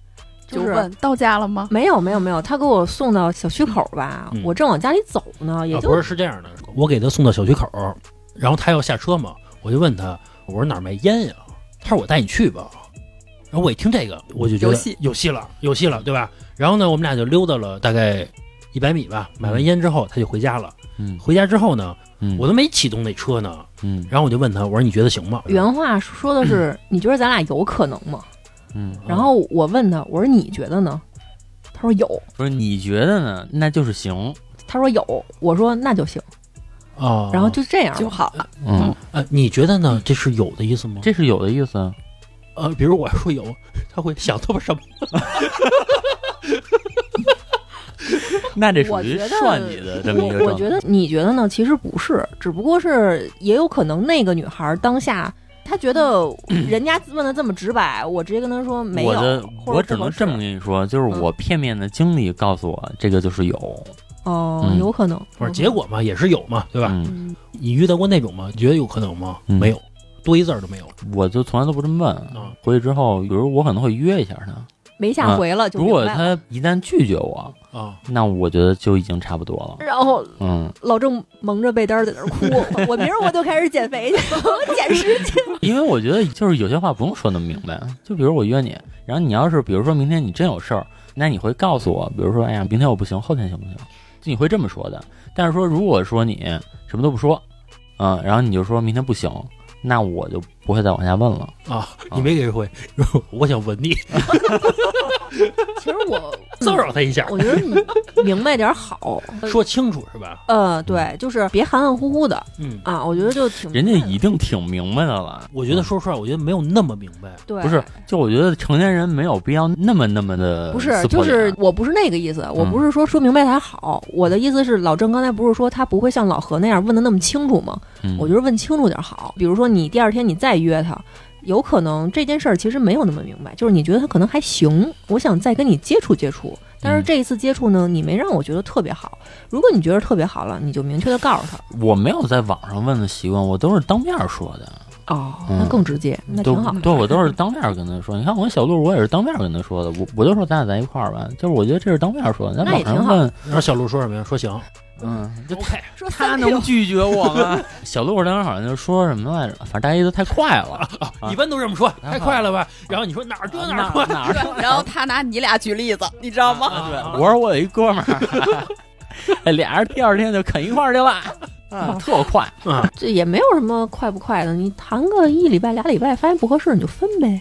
E: 就是问到家了吗？
D: 没有没有没有，他给我送到小区口吧，
B: 嗯
D: 我正往家里走呢，也
B: 啊，
D: 就、
B: 不是是这样的，我给他送到小区口，然后他要下车嘛，我就问他，我说哪儿卖烟呀、他说我带你去吧。然后我一听这个，我就觉得
E: 有戏
B: 有戏了，有戏了，对吧？然后呢，我们俩就溜达了大概一百米吧。买完烟之后，他就回家了。
C: 嗯
B: 回家之后呢，
C: 嗯，
B: 我都没启动那车呢。
C: 嗯
B: 然后我就问他，我说你觉得行吗？
D: 原话说的是， 你觉得咱俩有可能吗？
C: 嗯，
B: 嗯
D: 然后我问他，我说你觉得呢？他说有，
C: 不是你觉得呢？那就是行，
D: 他说有，我说那就行，
B: 啊，
C: 哦
D: 然后 就这样了
E: 就好了，
C: 嗯，
B: 呃，你觉得呢？这是有的意思吗？
C: 这是有的意思啊。
B: 呃，比如我说有，他会想他妈什么？
C: 那这属
D: 我
C: 于
D: 觉得
C: 涮你的这么一个
D: 我我觉得你觉得呢？其实不是，只不过是也有可能那个女孩当下她觉得 人家问的这么直白，我直接跟她说没有，
C: 嗯我的
D: 或者
C: 我只能这么
D: 是
C: 跟你说，就是
D: 嗯
C: 我片面的经历告诉我，这个就是有，
D: 哦、
C: 嗯
D: 有可能。
B: 我说结果嘛，也是有嘛，对吧？
C: 嗯，
D: 嗯，
B: 你遇到过那种吗？你觉得有可能吗？
C: 嗯
B: 没有，多一字儿都没有。
C: 我就从来都不这么
B: 啊
C: 问。回去之后，比如我可能会约一下他，
D: 没下回了就
C: 啊如
D: 明白
C: 果
D: 了
C: 他一旦拒绝我，
B: 啊，
C: 那我觉得就已经差不多了。
D: 然后
C: 嗯，
D: 老郑蒙着被单儿在那儿 哭，我明儿我就开始减肥去，我减十斤。
C: 因为我觉得就是有些话不用说那么明白，啊就比如我约你，然后你要是比如说明天你真有事儿，那你会告诉我，比如说哎呀明天我不行，后天行不行？就你会这么说的。但是说如果说你什么都不说，嗯，然后你就说明天不行，那我就不会再往下问了。
B: 啊，你没给回， 我想吻 你，
D: 其实我
B: 骚扰他一下，
D: 我觉得你明白点儿好，
B: 说清楚是吧？
D: 呃，对，就是别含含糊糊的
B: 嗯，
D: 啊，我觉得就挺
C: 人家
D: 明白的
C: 一定挺明白的了。嗯
B: 我觉得说实话，我觉得没有那么明白。
D: 对
C: 不是，就我觉得成年人没有必要那么那么的
D: 不是，
C: 撕破
D: 就
C: 脸嗯
D: 是我不是那个意思，我不是说说明白才好，我的意思是老郑刚才不是说他不会像老何那样问的那么清楚吗？
C: 嗯
D: 我就是问清楚点好，比如说你第二天你再约他。有可能这件事儿其实没有那么明白，就是你觉得他可能还行，我想再跟你接触接触，但是
C: 嗯
D: 这一次接触呢，你没让我觉得特别好。如果你觉得特别好了，你就明确的告诉他，
C: 我没有在网上问的习惯，我都是当面说的。
D: 哦，
C: 嗯
D: 那更直接，那
C: 都
D: 挺好。
C: 对我都是当面跟他说。你看我跟小鹿，我也是当面跟他说的。我我就说咱俩在一块儿吧，就是我觉得这是当面说的。在
D: 那
C: 网
D: 也挺
C: 上
D: 好
C: 问，
B: 然后小鹿说什么呀？说行，
C: 嗯，就
D: 说
C: 他能拒绝我吗？ 小鹿当时好像就说什么来着，反正大家都太快 了，啊
B: 一般都这么说，
C: 啊
B: 太快了吧？然后你说哪儿多哪儿快，啊
C: 哪儿
E: 对 然后他拿你俩举例子，你知道吗？
C: 对， 我说我有一哥们儿，哎俩人第二天就啃一块儿去了， 啊，特快。
D: 这也没有什么快不快的，你谈个一礼拜俩礼拜，发现不合适你就分呗。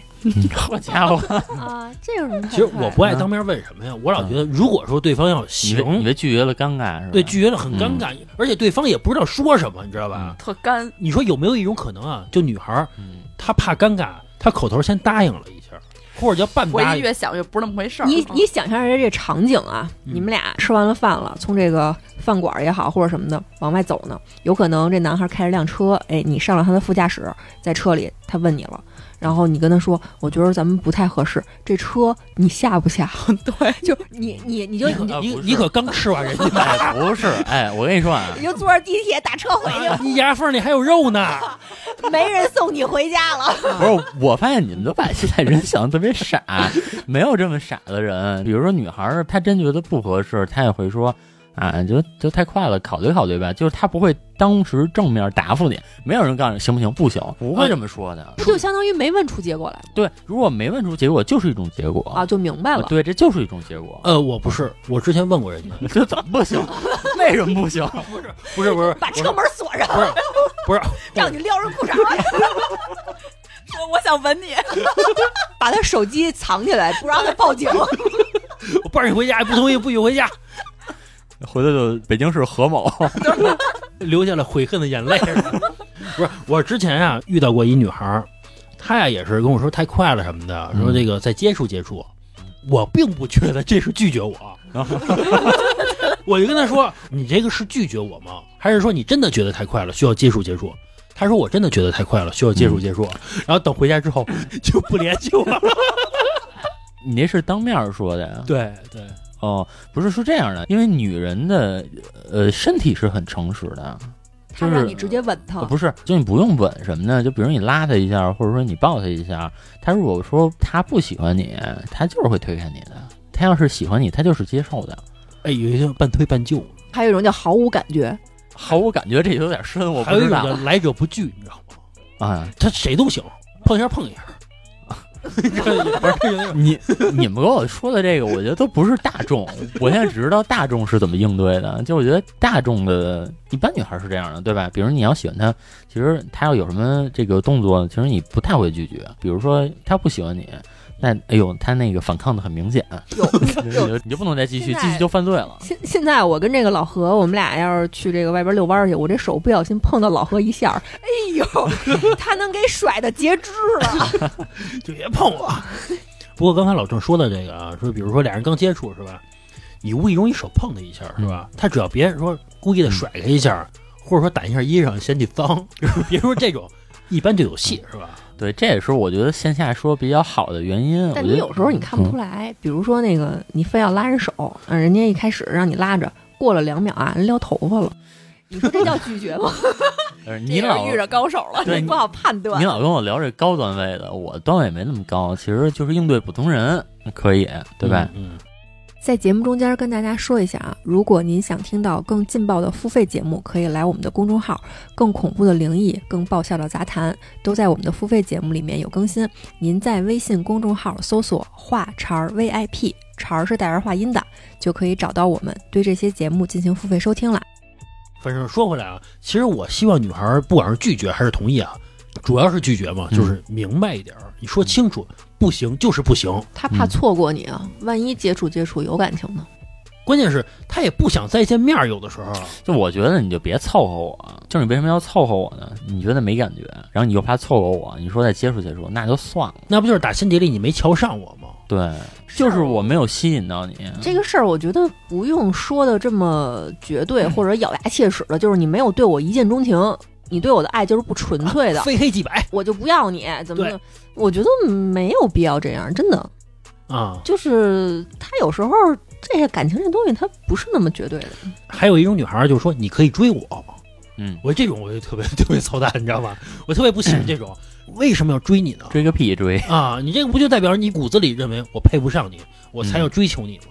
C: 好家伙，
D: 啊，这有什么快快的？
B: 其实我不爱当面问什么呀，我老觉得如果说对方要
C: 啊你被你嗯
B: 行，
C: 被拒绝了，尴尬是吧？
B: 对拒绝了很尴尬，而且对方也不知道说什么，你知道吧？
E: 特干，
B: 你说有没有一种可能啊？就女孩儿
C: 嗯，
B: 她怕尴尬，她口头先答应了一下，或者叫半
E: 回
B: 答
E: 去
B: 应。
E: 越想越不是那么回事儿。
D: 你
E: 嗯
D: 你想象一下这场景啊，
B: 嗯
D: 你们俩吃完了饭了，从这个饭馆也好或者什么的往外走呢，有可能这男孩开着辆车，哎，你上了他的副驾驶，在车里他问你了，然后你跟他说，我觉得咱们不太合适，这车你下 不下？
E: 对，
D: 就你你你就
B: 你可
D: 你
C: 啊
B: 你
C: 不是
B: 你可刚吃完人家，
C: 哎，不是，哎，我跟你说啊，
D: 就坐着地铁打车回去，
B: 你牙缝里还有肉呢。
D: 没人送你回家了。
C: 不是，我发现你们都把现在人想的特别傻，没有这么傻的人。比如说女孩儿，她真觉得不合适，她也会说啊，就就太快了，考虑考虑吧。就是她不会当时正面答复你，没有人告诉你行不行，不行，不会这么说的。
D: 这就相当于没问出结果来
C: 对，如果没问出结果，就是一种结
B: 哦
C: 果
D: 啊，。就明白
C: 啊
D: 了。
C: 对，这就是一种结果。
B: 呃，我不是，我之前问过人家，
C: 这怎么不行？为什么不行？
B: 不是不是，
D: 把
B: 我
D: 车
B: 说
D: 门锁上，
B: 不是不是，
D: 让你撩人裤衩 儿，
E: 说我想吻你，
D: 把他手机藏起来，不让他报警。
B: 我抱着你回家，不同意不许回家，
C: 回头就北京市何某，
B: 流下了悔恨的眼泪。 不是，我之前啊遇到过一女孩儿，她呀也是跟我说太快了什么的，说这个再接触接触。嗯我并不觉得这是拒绝我， 我就跟她说：“你这个是拒绝我吗？还是说你真的觉得太快了，需要接触接触？”她说：“我真的觉得太快了，需要接触接触。然后等回家之后就不联系我了。
C: 你那是当面说的呀？
B: 对对，
C: 哦，不是，是这样的，因为女人的呃身体是很诚实的，
D: 他
C: 就是
D: 让你直接吻他
C: 呃，不是，就你不用吻什么的，就比如你拉他一下，或者说你抱他一下，他如果说他不喜欢你，他就是会推开你的；他要是喜欢你，他就是接受的。
B: 哎，有一些半推半就，
D: 还有一种叫毫无感觉，
C: 毫无感觉，这有点深，我
B: 还
C: 不
B: 有一
C: 知
B: 种
C: 道
B: 叫来者不拒，你知道吗？
C: 啊。
B: 他谁都行，碰一下碰一 下。不是这有点
C: 你 你们跟我说的这个，我觉得都不是大众。我现在只知道大众是怎么应对的，就我觉得大众的一般女孩是这样的，对吧？比如你要喜欢他，其实他要有什么这个动作，其实你不太会拒绝。比如说他不喜欢你，那哎呦，他那个反抗的很明显， 你
D: 有
C: 就你就不能再继续，
D: 现在
C: 继续就犯罪了。
D: 现现在我跟这个老何，我们俩要是去这个外边遛弯儿去，我这手不小心碰到老何一下儿，哎 呦，他能给甩的截肢了。
B: 就别碰我。 不过刚才老郑说的这个啊，说比如说俩人刚接触是吧？你无意中一手碰他一下是吧？他只要别说故意的甩开一下，或者说掸一下衣裳嫌你脏， 别说这种，一般就有戏是吧？
C: 对，这也是我觉得线下说比较好的原因。
D: 但
C: 我觉得
D: 你
C: 嗯
D: 有时候你看不出来，比如说那个你非要拉人手，啊人家一开始让你拉着，过了两秒啊，人撩头发了，你说这叫拒绝吗？
C: 呃
E: 这
C: 你
E: 要
C: 老
E: 遇着高手了，
C: 对
D: 不好判
C: 你
D: 断。
C: 老跟我聊这高段位的，我段位没那么高，其实就是应对普通人可以，对吧？
B: 嗯？嗯，
D: 在节目中间跟大家说一下啊，如果您想听到更劲爆的付费节目，可以来我们的公众号“更恐怖的灵异”、“更爆笑的杂谈”，都在我们的付费节目里面有更新。您在微信公众号搜索“话茬儿 VIP”，茬儿是带儿化音的，就可以找到我们，对这些节目进行付费收听了。
B: 反正说回来啊，其实我希望女孩儿不管是拒绝还是同意啊，主要是拒绝嘛，
C: 嗯
B: 就是明白一点儿，你说清楚，不行就是不行。
D: 他
C: 怕
D: 错过你啊，万一接触接触有感情呢？
B: 关键是他也不想再见面儿，有的时候。啊
C: 就我觉得你就别凑合我，就是你为什么要凑合我呢？你觉得没感觉，然后你又怕凑合我，你说再接触接触，那就算了。
B: 那不就是打心底里你没瞧上我吗？
C: 对，就是我没有吸引到你。
D: 这个事儿，我觉得不用说的这么绝对或者咬牙切齿的，就是你没有对我一见钟情，你对我的爱就是不纯粹嗯 的，
B: 啊非黑即白
D: 我就不要你，怎么
B: 对
D: 的？我觉得没有必要这样，真的。
B: 啊。
D: 就是他有时候这些感情这东西，它不是那么绝对的。
B: 还有一种女孩儿就说你可以追我，
C: 嗯，
B: 我这种我就特别 特别操蛋，你知道吗？我特别不喜欢这种，为什么要追你呢？
C: 追个屁追，
B: 啊，你这个不就代表你骨子里认为我配不上你，我才
C: 嗯
B: 要追求你吗？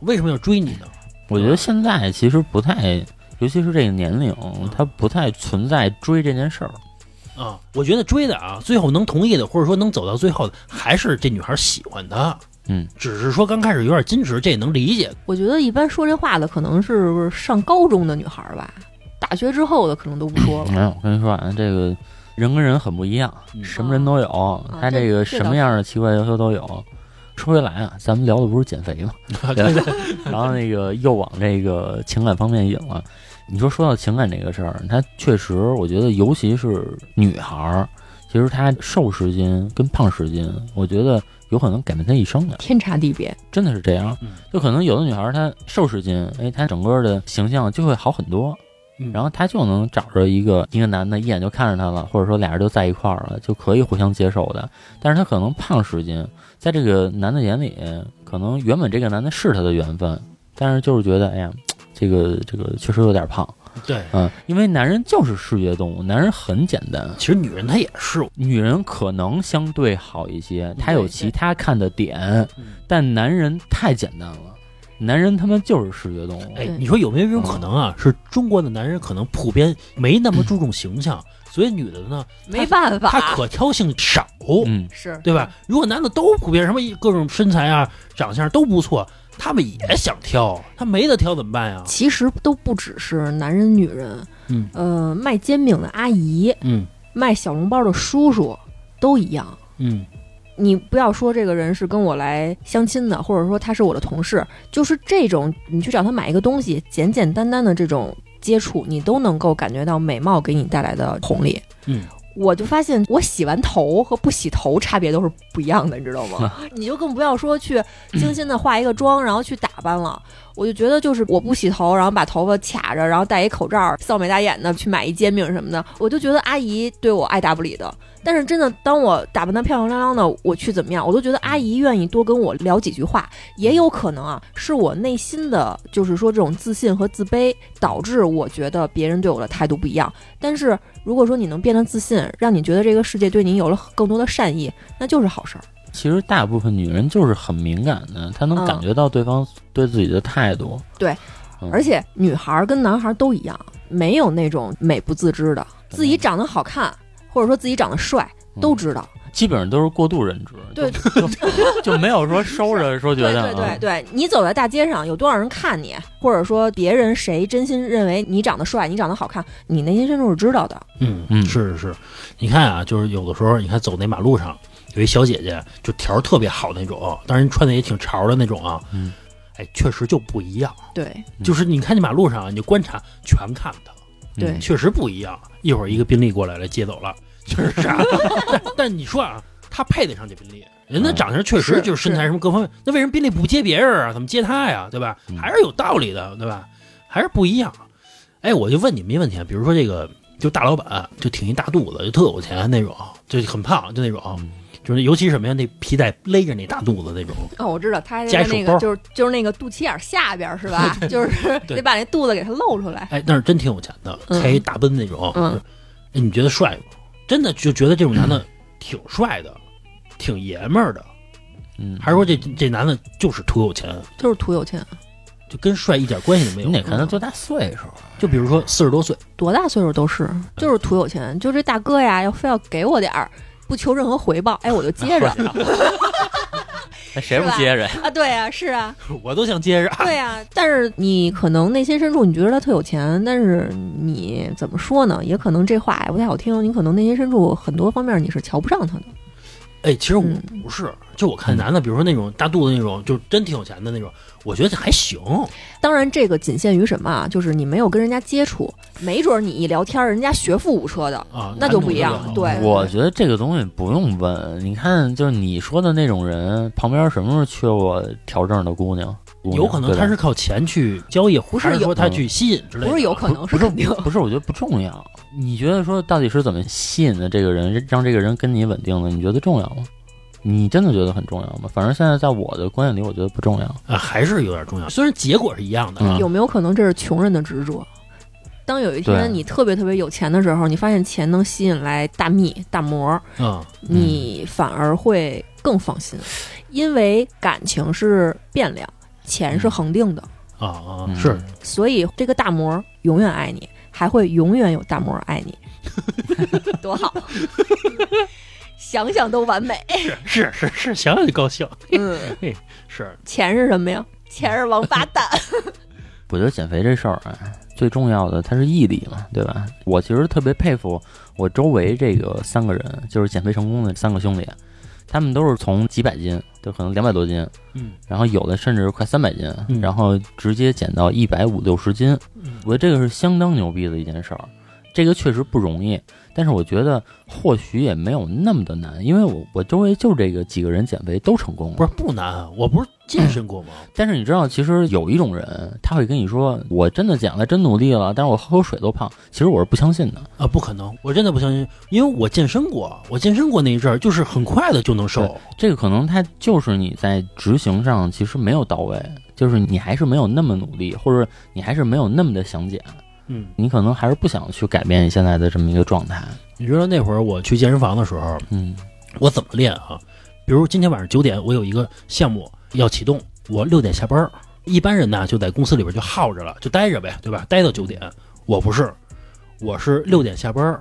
B: 为什么要追你呢？
C: 我觉得现在其实不太，尤其是这个年龄，它不太存在追这件事儿。
B: 啊，我觉得追的啊，最后能同意的，或者说能走到最后的，还是这女孩喜欢他。
C: 嗯，
B: 只是说刚开始有点矜持，这也能理解。
D: 我觉得一般说这话的可能是上高中的女孩儿吧，大学之后的可能都不 说了。
C: 没有，我跟你说啊，这个人跟人很不一样，
B: 嗯
C: 什么人都有，他
D: 这
C: 这个
D: 这
C: 什
D: 倒
C: 么样的奇怪要求都有。说回来啊，咱们聊的不是减肥吗？对吧然后那个又往这个情感方面引了。你说说到情感这个事儿，它确实，我觉得尤其是女孩儿，其实她瘦十斤跟胖十斤，我觉得有可能改变她一生的，
D: 天差地别，
C: 真的是这样
B: 嗯。
C: 就可能有的女孩儿她瘦十斤，哎，她整个的形象就会好很多，
B: 嗯
C: 然后她就能找着一个一个男的，一眼就看上她了，或者说俩人就在一块儿了，就可以互相接受的。但是她可能胖十斤，在这个男的眼里，可能原本这个男的是她的缘分，但是就是觉得，哎呀，这个这个确实有点胖，
B: 对，
C: 嗯，因为男人就是视觉动物，男人很简单，
B: 其实女人她也是，
C: 女人可能相对好一些，她有
D: 对
C: 其
D: 对
C: 他看的点，但男人太简单了，男人他妈就是视觉动物，
B: 哎
D: 对，
B: 你说有没有一种可能啊？是中国的男人可能普遍没那么注重形象，所以女的呢，
D: 没办法，
B: 她可挑性少，
C: 嗯，
D: 是
B: 对吧？如果男的都普遍什么各种身材啊、长相都不错，他们也想挑，他没得挑怎么办呀？
D: 其实都不只是男人、女人，
B: 嗯，
D: 呃，卖煎饼的阿姨，
B: 嗯
D: 卖小笼包的叔叔，都一样。
B: 嗯，
D: 你不要说这个人是跟我来相亲的，或者说他是我的同事，就是这种你去找他买一个东西，简简单单的这种接触，你都能够感觉到美貌给你带来的红利。
B: 嗯。
D: 我就发现，我洗完头和不洗头差别都是不一样的，你知道吗？你就更不要说去精心的化一个妆，然后去打扮了。我就觉得，就是我不洗头，然后把头发卡着，然后戴一口罩，扫眉大眼的去买一煎饼什么的，我就觉得阿姨对我爱答不理的。但是真的，当我打扮得漂漂亮亮的，我去怎么样，我都觉得阿姨愿意多跟我聊几句话。也有可能啊，是我内心的，就是说这种自信和自卑，导致我觉得别人对我的态度不一样。但是如果说你能变得自信，让你觉得这个世界对你有了更多的善意，那就是好事儿。
C: 其实大部分女人就是很敏感的，她能
D: 嗯
C: 感觉到对方对自己的态度，嗯
D: 而且女孩儿跟男孩儿都一样，没有那种美不自知的，自己长得好看，或者说自己长得帅，都知道。
C: 嗯基本上都是过度认知，
D: 对
C: 就，就 就没有说收着说觉
D: 对
C: 得，啊
D: 对对对，你走在大街上，有多少人看你，或者说别人谁真心认为你长得帅，你长得好看，你内心深处是知道的。
B: 嗯
C: 嗯
B: 是是是，你看啊，就是有的时候，你看走那马路上，有一小姐姐就条儿特别好那种，当然穿的也挺潮的那种啊，
C: 嗯，
B: 哎，确实就不一样，
D: 对，
C: 嗯
B: 就是你看那马路上啊，你就观察全看她，
C: 嗯
D: 对
B: 确实不一样。一会儿一个宾利过来了，接走了，确实啥？但但你说啊，他配得上这宾利，人家长相确实
D: 是
B: 就是身材什么各方面，那为什么宾利不接别人啊？怎么接他呀？对吧
C: 嗯？
B: 还是有道理的，对吧？还是不一样。哎，我就问你们一问题啊，比如说这个，就大老板就挺一大肚子，就特有钱那种，就很胖，就那种，
C: 嗯
B: 就是尤其什么呀，那皮带勒着那大肚子那种。
D: 哦，我知道，他
B: 加
D: 在
B: 一手
D: 那
B: 包
D: 个就是就是那个肚脐眼下边儿是 吧？就是
B: 对
D: 得把那肚子给它露出来。
B: 哎，但是真挺有钱的，
D: 嗯
B: 开一大奔那种。
D: 嗯
B: 就是哎，你觉得帅吗？真的就觉得这种男的挺帅的，挺爷们儿的，
C: 嗯，
B: 还是说这这男的就是图有钱，
D: 就是图有钱，
B: 就跟帅一点关系都没
C: 你得
B: 有？嗯
C: 看她多大岁数，
B: 就比如说四十多岁，
D: 多大岁数都是，就是图有钱。就这大哥呀，要非要给我点儿，不求任何回报，哎，我就接着
C: 那谁不
D: 是吧
C: 接着？
D: 啊。 对呀、是啊，
B: 我都想接着。
C: 啊
B: 啊
D: 对呀、但是你可能内心深处你觉得他特有钱，但是你怎么说呢？也可能这话也不太好听，你可能内心深处很多方面你是瞧不上他的。
B: 哎，其实我
D: 嗯
B: 不是，就我看男的，比如说那种大肚子那种，就真挺有钱的那种，我觉得还行。
D: 当然，这个仅限于什么啊？就是你没有跟人家接触，没准儿你一聊天儿，人家学富五车的，
C: 嗯
B: 啊
D: 那就不一样了
B: 男。的
D: 对，
C: 我觉得这个东西不用问，你看，就是你说的那种人，旁边什么时候缺过调正的姑娘？姑娘
B: 有可能
C: 对吧
B: 他是靠钱去交易，不
D: 是有
B: 说他去吸引之类的，啊
D: 不是有可能，
C: 不
D: 是
C: 是
D: 肯定。
C: 不是，我觉得不重要。你觉得说到底是怎么吸引的这个人，让这个人跟你稳定的？你觉得重要吗？你真的觉得很重要吗？反正现在在我的观点里，我觉得不重要。
B: 啊，还是有点重要。虽然结果是一样的，
C: 嗯
D: 有没有可能这是穷人的执着？当有一
C: 对
D: 天你特别特别有钱的时候，你发现钱能吸引来大蜜大魔，
B: 嗯，
D: 你反而会更放心，因为感情是变量，钱是恒定的，
B: 啊啊，
C: 嗯
B: 是
D: 所以这个大魔永远爱你，还会永远有大魔爱你， 多好，想想都完美。
B: 是是是， 想想就高兴。
D: 嗯，
B: 是
D: 钱是什么呀？钱是王八蛋。
C: 我觉得减肥这事儿啊，最重要的它是毅力嘛，对吧？我其实特别佩服我周围这个三个人，就是减肥成功的三个兄弟，他们都是从几百斤，就可能两百多斤，
B: 嗯，
C: 然后有的甚至快三百斤，
B: 嗯
C: 然后直接减到一百五六十斤，
B: 嗯
C: 我觉得这个是相当牛逼的一件事儿，这个确实不容易，但是我觉得或许也没有那么的难，因为我我周围就这个几个人减肥都成功了
B: 不。是不难？啊我不是健身过吗？
C: 但是你知道，其实有一种人，他会跟你说：“我真的减了，真努力了，但是我喝口水都胖。”其实我是不相信的。
B: 啊，不可能，我真的不相信，因为我健身过，我健身过那一阵儿，就是很快的就能瘦。
C: 这个可能他就是你在执行上其实没有到位，就是你还是没有那么努力，或者你还是没有那么的想减，
B: 嗯，
C: 你可能还是不想去改变你现在的这么一个状态。
B: 你知道那会儿我去健身房的时候，
C: 嗯
B: 我怎么练啊？比如今天晚上九点，我有一个项目要启动，我六点下班儿。一般人呢就在公司里边就耗着了，就待着呗，对吧？待到九点。我不是，我是六点下班儿，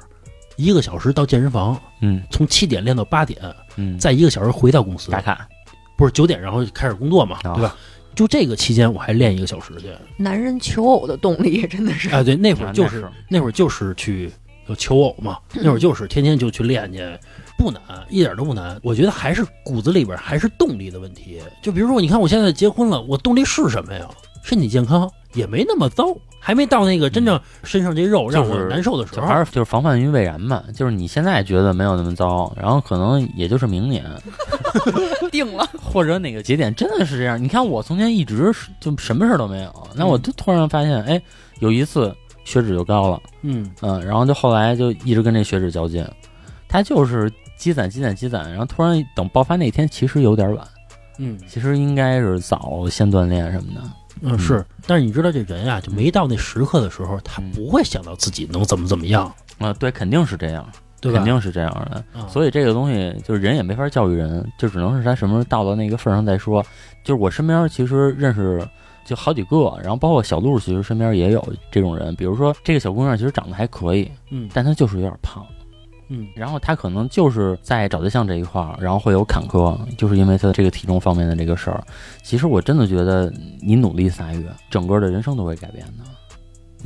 B: 一个小时到健身房，
C: 嗯
B: 从七点练到八点，
C: 嗯，
B: 再一个小时回到公司
C: 打，卡。
B: 不是九点然后开始工作嘛，
C: 啊
B: 对吧？就这个期间我还练一个小时去。
D: 男人求偶的动力真的是
B: 哎，对，那会
C: 啊
B: 儿就
C: 那
B: 是
C: 是
B: 那会儿就是去有求偶嘛，那会 儿就是天天就去练去，不难，一点都不难。我觉得还是骨子里边还是动力的问题。就比如说，你看我现在结婚了，我动力是什么呀？身体健康也没那么糟，还没到那个真正身上这肉让我
C: 就是
B: 难受的时
C: 就
B: 候。
C: 还是就是防范于未然吧，就是你现在觉得没有那么糟，然后可能也就是明年，
E: 定了，
C: 或者哪个节点真的是这样？你看我从前一直是就什么事儿都没有，那我就突然发现，哎，有一次血脂就高了，
B: 嗯，
C: 嗯，然后就后来就一直跟这血脂较劲，它就是积攒积攒积攒，然后突然等爆发那天，其实有点晚，
B: 嗯
C: 其实应该是早先锻炼什么的。
B: 嗯是，但是你知道这人啊，就没到那时刻的时候，他
C: 嗯
B: 不会想到自己能怎么怎么样，
C: 啊、对，肯定是这样，
B: 对吧啊
C: 肯？定是这样的。所
B: 以
C: 以这个东西就是人也没法教育人，就只能是他什么时候到了那个份儿上再说。就是我身边其实认识就好几个，然后包括小鹿，其实身边也有这种人。比如说这个小姑娘其实长得还可以，
B: 嗯
C: 但她就是有点胖，
B: 嗯
C: 然后她可能就是在找对象这一块儿，然后会有坎坷，就是因为她这个体重方面的这个事儿。其实我真的觉得你努力仨月，整个的人生都会改变的。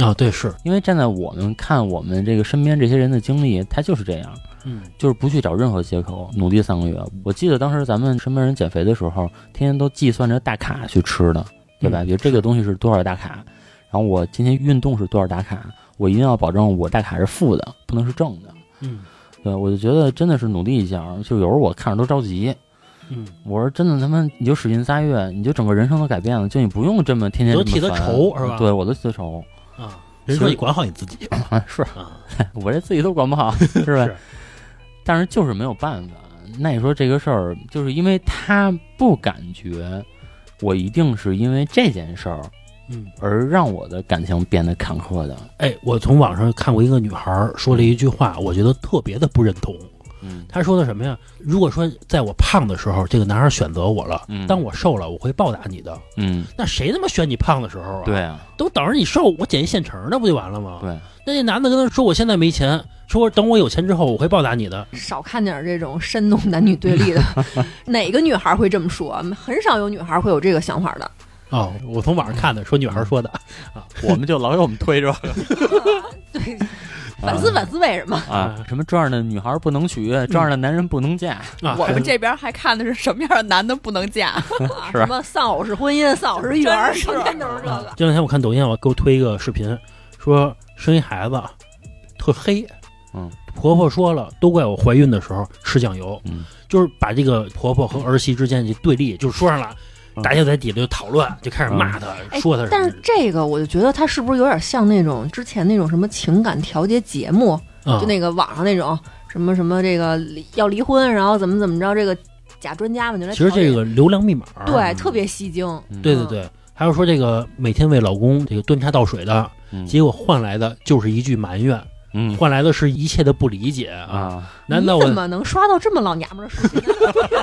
B: 啊对是
C: 因为站在我们看我们这个身边这些人的经历，他就是这样。
B: 嗯
C: 就是不去找任何借口，努力三个月。我记得当时咱们身边人减肥的时候，天天都计算着大卡去吃的，对吧？
B: 嗯
C: 比如这个东西是多少大卡，然后我今天运动是多少大卡，我一定要保证我大卡是负的，不能是正的。
B: 嗯
C: 对，我就觉得真的是努力一下，就有时候我看着都着急。
B: 嗯，
C: 我说真的，他妈你就使劲仨月，你就整个人生都改变了，就你不用这么天天
B: 你都
C: 这
B: 替
C: 么
B: 他
C: 烦
B: 愁是吧
C: 对，我都替他愁，
B: 啊，人说
C: 所以
B: 你管好你自己
C: 啊，是
B: 啊，
C: 我这自己都管不好， 是吧？
B: 是
C: 但是就是没有办法。那你说这个事儿，就是因为他不感觉我一定是因为这件事儿
B: 嗯。
C: 而让我的感情变得坎坷的。
B: 哎，我从网上看过一个女孩儿说了一句话，我觉得特别的不认同。
C: 嗯
B: 她说的什么呀？如果说在我胖的时候，这个男孩选择我了，
C: 嗯
B: 当我瘦了，我会报答你的。
C: 嗯，
B: 那谁他妈选你胖的时候啊？，
C: 对啊，
B: 都等着你瘦，我减一现成的不就完了吗？
C: 对，
B: 那那男的跟他说我现在没钱，说等我有钱之后我会报答你的。
D: 少看点这种煽动男女对立的， 哪个女孩会这么说？很少有女孩会有这个想法的。
B: 哦，我从网上看的，说女孩说的。
C: 我们就老给我们推着
D: 对，反思反思为什么？
C: 啊，什么这样的女孩不能娶，这样的男人不能嫁。
B: 啊，
E: 我
B: 还
E: 们这边还看的是什么样的男的不能嫁，
D: 啊什么丧偶式婚姻、丧偶式育儿，
E: 真是
D: 整天都是这个。
B: 啊前两天我看抖音，我给我推一个视频，说生一孩子啊特黑，
C: 嗯，
B: 婆婆说了，都怪我怀孕的时候吃酱油，
C: 嗯，
B: 就是把这个婆婆和儿媳之间这对立就说上了。
C: 嗯
B: 大家在底下就讨论，就开始骂他，
D: 哎
B: 说他什
D: 但
B: 么
D: 是这个我就觉得他是不是有点像那种之前那种什么情感调节节目，
B: 啊，
D: 就那个网上那种什么什么这个离要离婚，然后怎么怎么着，这个假专家们就来
B: 其实
D: 调解
B: 这个嗯流量密码，啊
D: 对嗯特别吸睛，
B: 对对对，还有说这个每天为老公这个端茶倒水的，
C: 嗯
B: 结果换来的就是一句埋怨，
C: 嗯
B: 换来的是一切的不理解啊！
C: 啊，
B: 难道
D: 你怎
B: 我
D: 么能刷到这么老娘们儿的视频 呢？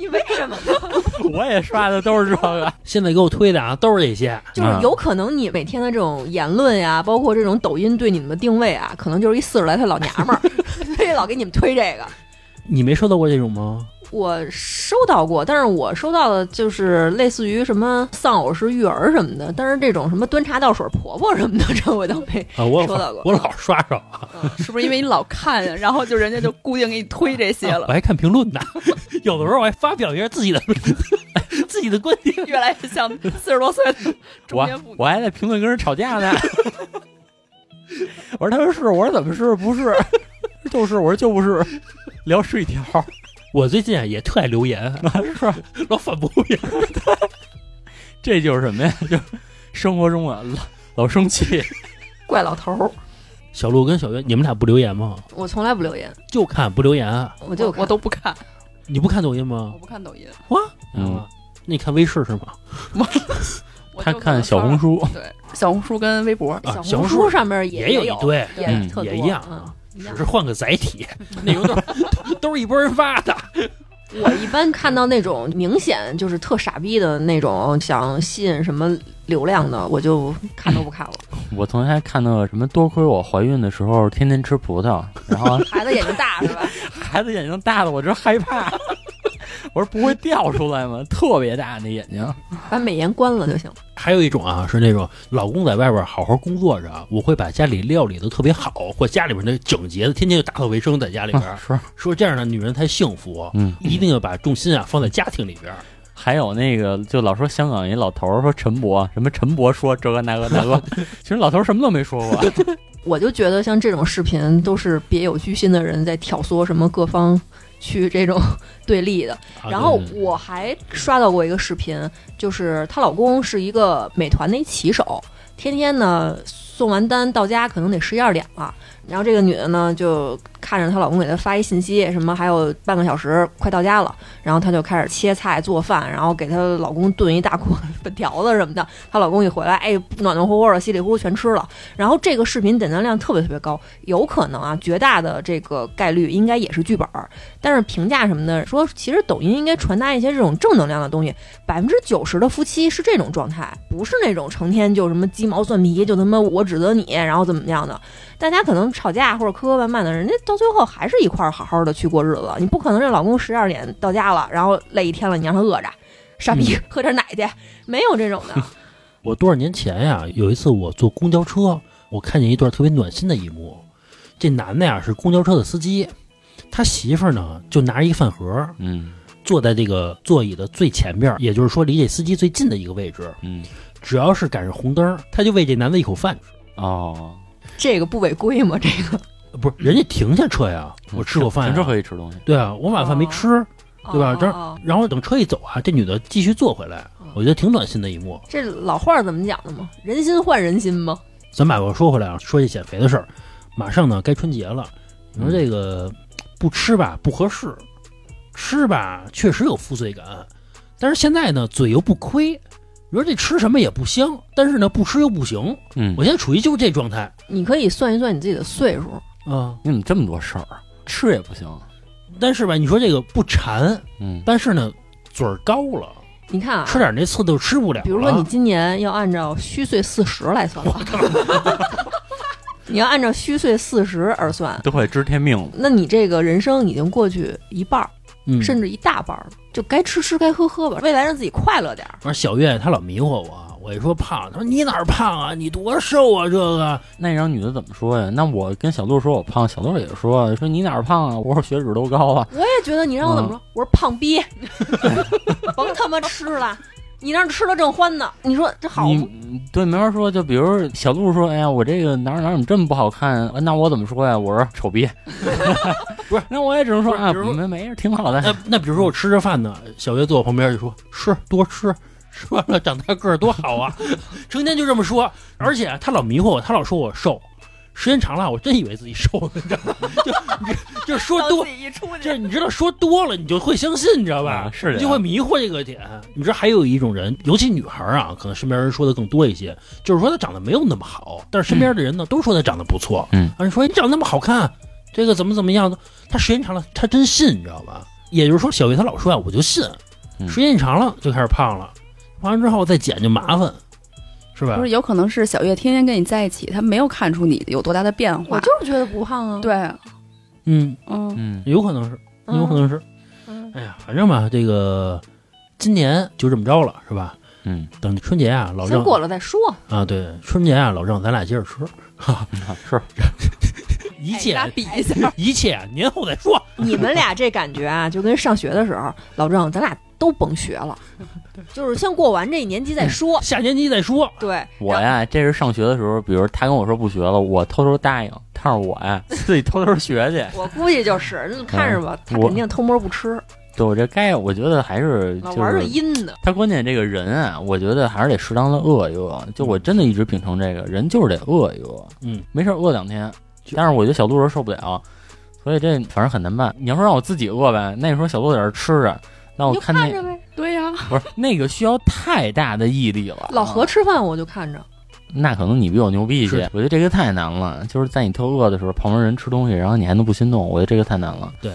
D: 你为什么
B: 嗯
D: 呢？
C: 我也刷的都是这个，
B: 现在给我推的啊都是这些？
D: 就是有可能你每天的这种言论呀，包括这种抖音对你们的定位啊，可能就是一四十来岁老娘 们儿，所以老给你们推这个。
B: 你没收到过这种吗？
D: 我收到过，但是我收到的就是类似于什么丧偶式育儿什么的，但是这种什么端茶倒水婆婆什么的，这我倒 没。
B: 啊，我
D: 收到过
B: 我老刷着啊，
E: 是不是因为你老看，然后就人家就固定给你推这些
B: 我
E: 了，
B: 还看评论 呢，有的时候我还发表一下自己的 自己的观点。
E: 越来越像四十多岁的中
C: 我
E: 年妇女。
C: 我还在评论跟人吵架呢。我说他说是，我说怎么是不是，就是我说就不是，聊水条
B: 我最近啊也特爱留言，
C: 是，
B: 老反驳别人。
C: 这就是什么呀？就是生活中啊老老生气，
D: 怪老头儿，
B: 小鹿跟小月，你们俩不留言吗？
D: 我从来不留言，
B: 就看不留言，啊
D: 我就
E: 我
D: 看
E: 我都不看，
B: 你不看抖音
E: 我
B: 吗？
E: 不看抖音，
C: 嗯
B: 啊，那你看微视是吗？
E: 我
C: 他
E: 就
C: 看小红
E: 刷。
C: 书，
E: 对，小红书跟微博，
B: 啊，
D: 小红
B: 书
D: 书上面
B: 也
D: 有
B: 有一，堆，
D: 也
C: 嗯
D: 特多
B: 也一样
D: 嗯
B: 啊，
D: 一
B: 只
D: 样
B: 是换个载体，内 容都是都是一波人发的。
D: 我一般看到那种明显就是特傻逼的那种，想吸引什么流量的，我就看都不看了。
C: 我曾经还看到什么，多亏我怀孕的时候天天吃葡萄，然后
D: 孩子眼睛大是吧？
C: 孩子眼睛大的我这害怕， 我说不会掉出来吗？特别大那眼睛，
D: 把美颜关了就行。
B: 还有一种啊，是那种老公在外边好好工作着，我会把家里料理的特别好，或家里边的整洁的，天天就打扫卫生在家里边。
C: 是，
B: 说这样的女人才幸福，啊
C: 嗯，
B: 一定要把重心啊放在家庭里边。
C: 还有那个，就老说香港一老头儿说陈博，什么陈博说这个那个那 个，其实老头儿什么都没说过。
D: 我就觉得像这种视频都是别有居心的人在挑唆什么各方去这种 对立的。
B: 啊
D: 然后
B: 对对
D: 我还刷到过一个视频，就是她老公是一个美团的一骑手，天天呢送完单到家可能得十一二点了，然后这个女的呢就看着她老公给她发一信息，什么还有半个小时快到家了，然后她就开始切菜做饭，然后给她老公炖一大锅粉条子什么的，她老公一回来，哎，暖暖和和的稀里糊涂全吃了。然后这个视频点赞量特别特别高，有可能啊，绝大的这个概率应该也是剧本儿。但是评价什么的说，其实抖音应该传达一些这种正能量的东西。百分之九十的夫妻是这种状态，不是那种成天就什么鸡毛蒜皮，就他妈我指责你，然后怎么样的。大家可能吵架或者磕磕绊绊的，人家到最后还是一块儿好好的去过日子。你不可能这老公十二点到家了，然后累一天了，你让他饿着，傻逼，
B: 嗯
D: 喝点奶去，没有这种的。
B: 我多少年前呀、有一次我坐公交车，我看见一段特别暖心的一幕。这男的呀、是公交车的司机，他媳妇儿呢就拿着一饭盒儿
C: 嗯
B: 坐在这个座椅的最前边儿，也就是说离这司机最近的一个位置。
C: 嗯，
B: 只要是赶上红灯儿，他就喂这男的一口饭吃。
C: 哦，
D: 这个不违规吗？这个
B: 呃不是，人家停下车呀，
C: 嗯
B: 我吃过饭、
C: 停
B: 呀
C: 车可以吃东西。
B: 对啊，我晚饭没吃，对吧？这
D: 哦哦哦
B: 然后等车一走啊，这女的继续坐回来，
D: 哦
B: 我觉得挺暖心的一幕。
D: 这老话儿怎么讲的嘛？人心换人心吗？
B: 咱把话说回来啊，说这减肥的事儿，马上呢该春节了，你说
C: 嗯
B: 这个不吃吧不合适，吃吧确实有负罪感，但是现在呢嘴又不亏，你说这吃什么也不香，但是呢不吃又不行，
C: 嗯，
B: 我现在处于就这状态
D: 你可以算一算你自己的岁数，
B: 啊。
C: 你怎么这么多事儿啊？吃也不行。
B: 但是吧，你说这个不馋，
C: 嗯
B: 但是呢嘴儿高了，
D: 你看啊，
B: 吃点那次都吃不了了。
D: 比如说你今年要按照虚岁四十来算吧，你要按照虚岁四十而算，
C: 都快知天命了。
D: 那你这个人生已经过去一半儿，
B: 嗯，
D: 甚至一大半儿了，就该吃吃该喝喝吧，未来让自己快乐点儿。
B: 反正小月她老迷惑我，我一说胖，她说你哪儿胖啊？你多瘦啊？这个
C: 那让女的怎么说呀？那我跟小鹿说我胖，小鹿也说说你哪儿胖啊？我说血脂都高啊。
D: 我也觉得你让我怎
B: 嗯
D: 么说？我说胖逼， 甭他妈吃了，你让吃的正欢呢，你说这好吗？
C: 你对没法说，就比如小鹿说：“哎呀，我这个哪儿哪儿怎么这么不好看？”啊那我怎么说呀？我说丑逼，
B: 不是，
C: 那我也只能说
B: 不是
C: 啊，
B: 比如说呃
C: 没没事，挺好的。
B: 那那比如说我吃着饭呢，小月坐我旁边就说是多吃，吃完了长大个儿多好啊， 成天就这么说。而且他老迷惑我，他老说我瘦，时间长了我真以为自己瘦了，你知道吗？ 就就就说多
E: 自，己一出
B: 就是你知道说多了，你就会相信，你知道吧？
C: 啊是嗯这样
B: 你就会迷惑这个点。你知道还有一种人，尤其女孩儿啊，可能身边人说的更多一些，就是说她长得没有那么好，但是身边的人呢、都说她长得不错。
C: 嗯，
B: 啊，你说你长得那么好看，这个怎么怎么样的？她时间长了，她真信，你知道吧？也就是说，小魏她老说啊，我就信，
C: 嗯
B: 时间一长了就开始胖了，胖完之后再减就麻烦，是吧
E: 不？是有可能是小月天天跟你在一起，她没有看出你有多大的变
D: 我
E: 化。
D: 就是觉得不胖啊。
E: 对，
B: 嗯，
E: 嗯，
C: 嗯，
B: 有可能是，
D: 嗯，
B: 有可能是。
D: 嗯
B: 哎呀，反正吧，这个今年就这么着了，是吧？
C: 嗯，
B: 等春节啊，老
D: 先
B: 郑
D: 过了再说。
B: 啊，对，春节啊，老郑，咱俩接着吃，
C: 嗯是
B: 一切、
E: 大家比一下，
B: 一切年后再说。
D: 你们俩这感觉啊，就跟上学的时候，老郑，咱俩都甭学 了，就是先过完这一年级再说。
B: 下年级再说。
D: 对，
C: 我
D: 然后
C: 呀，这是上学的时候，比如他跟我说不学了，我偷偷答应，但是我呀 自己偷偷学去。
D: 我估计就是，那看着吧，他
C: 我
D: 肯定偷摸不吃，
C: 对我这该，我觉得还是
D: 老
C: 就
D: 玩
C: 是
D: 儿个阴的。
C: 他关键这个人啊，我觉得还是得适当的饿一饿。就我真的一直秉承这个人就是得饿一饿，
B: 嗯，
C: 没事儿饿两天。但是我觉得小鹿儿受不了，所以这反正很难办。你要说让我自己饿呗，那时候小鹿在这儿吃着，那我
D: 你就
C: 看
D: 看
C: 那
D: 着呗，
E: 对呀、
C: 不是那个需要太大的毅力了。
D: 老何吃饭我就看着，
C: 那可能你比我牛逼一些
B: 是，
C: 我觉得这个太难了。就是在你特饿的时候，旁边人吃东西，然后你还能不心动，我觉得这个太难了。
B: 对，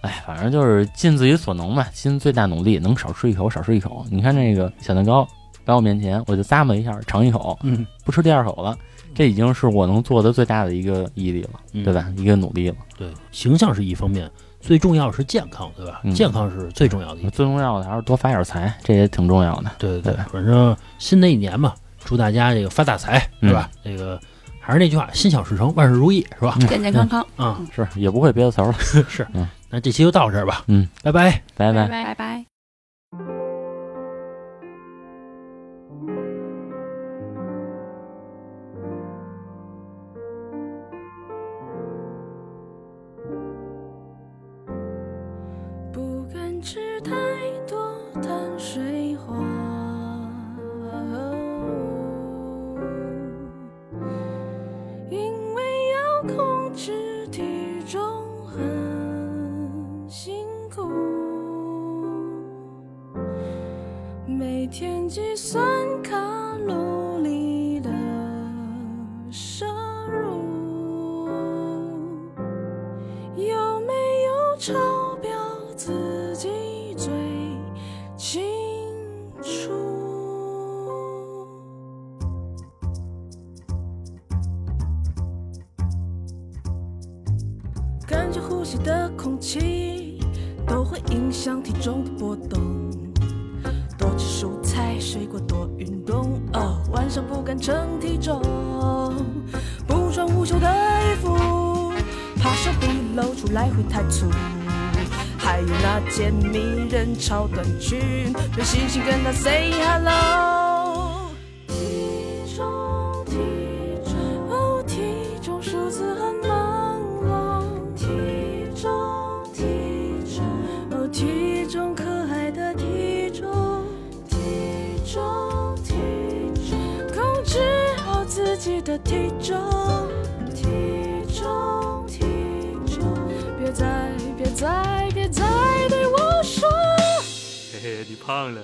C: 哎，反正就是尽自己所能吧，尽最大努力，能少吃一口少吃一口。你看那个小蛋糕摆我面前，我就咂摸一下，尝一口，
B: 嗯，
C: 不吃第二口了。这已经是我能做的最大的一个毅力了，嗯
B: 嗯
C: 对吧？？一个努力了。
B: 对，形象是一方面，最重要是健康，对吧？
C: 嗯
B: 健康是最重要的一点。
C: 最重要的还是多发点财，这也挺重要的。
B: 对对
C: 对
B: 对，反正新的一年嘛，祝大家这个发大财，
C: 嗯
B: 对吧？这个还是那句话，心想事成，万事如意，是吧？
E: 健健康康，
B: 啊，
C: 是，也不会别的词儿了。
B: 是
C: 嗯。
B: 那这期就到这儿吧，
C: 嗯，
B: 拜拜。
C: 拜拜。
E: 拜拜。
F: 不敢吃太多碳水化合物，因为要控制体重很辛苦。每天计算卡路里的摄入。有没有超标，自己最清楚。感觉呼吸的空气都会影响体重的波动。多吃蔬菜水果，多运动。哦，晚上不敢称体重，不穿无袖的衣服，怕手臂露出来会太粗。还有那件迷人超短裙，没信心跟他 say hello。体重，体重，哦，体重数字很朦胧。体重，体重，哦，体重可爱的体重，体重，体重，控制好自己的体重，体重，体重，别再，别再，别再对我说。
G: 嘿嘿，你胖了，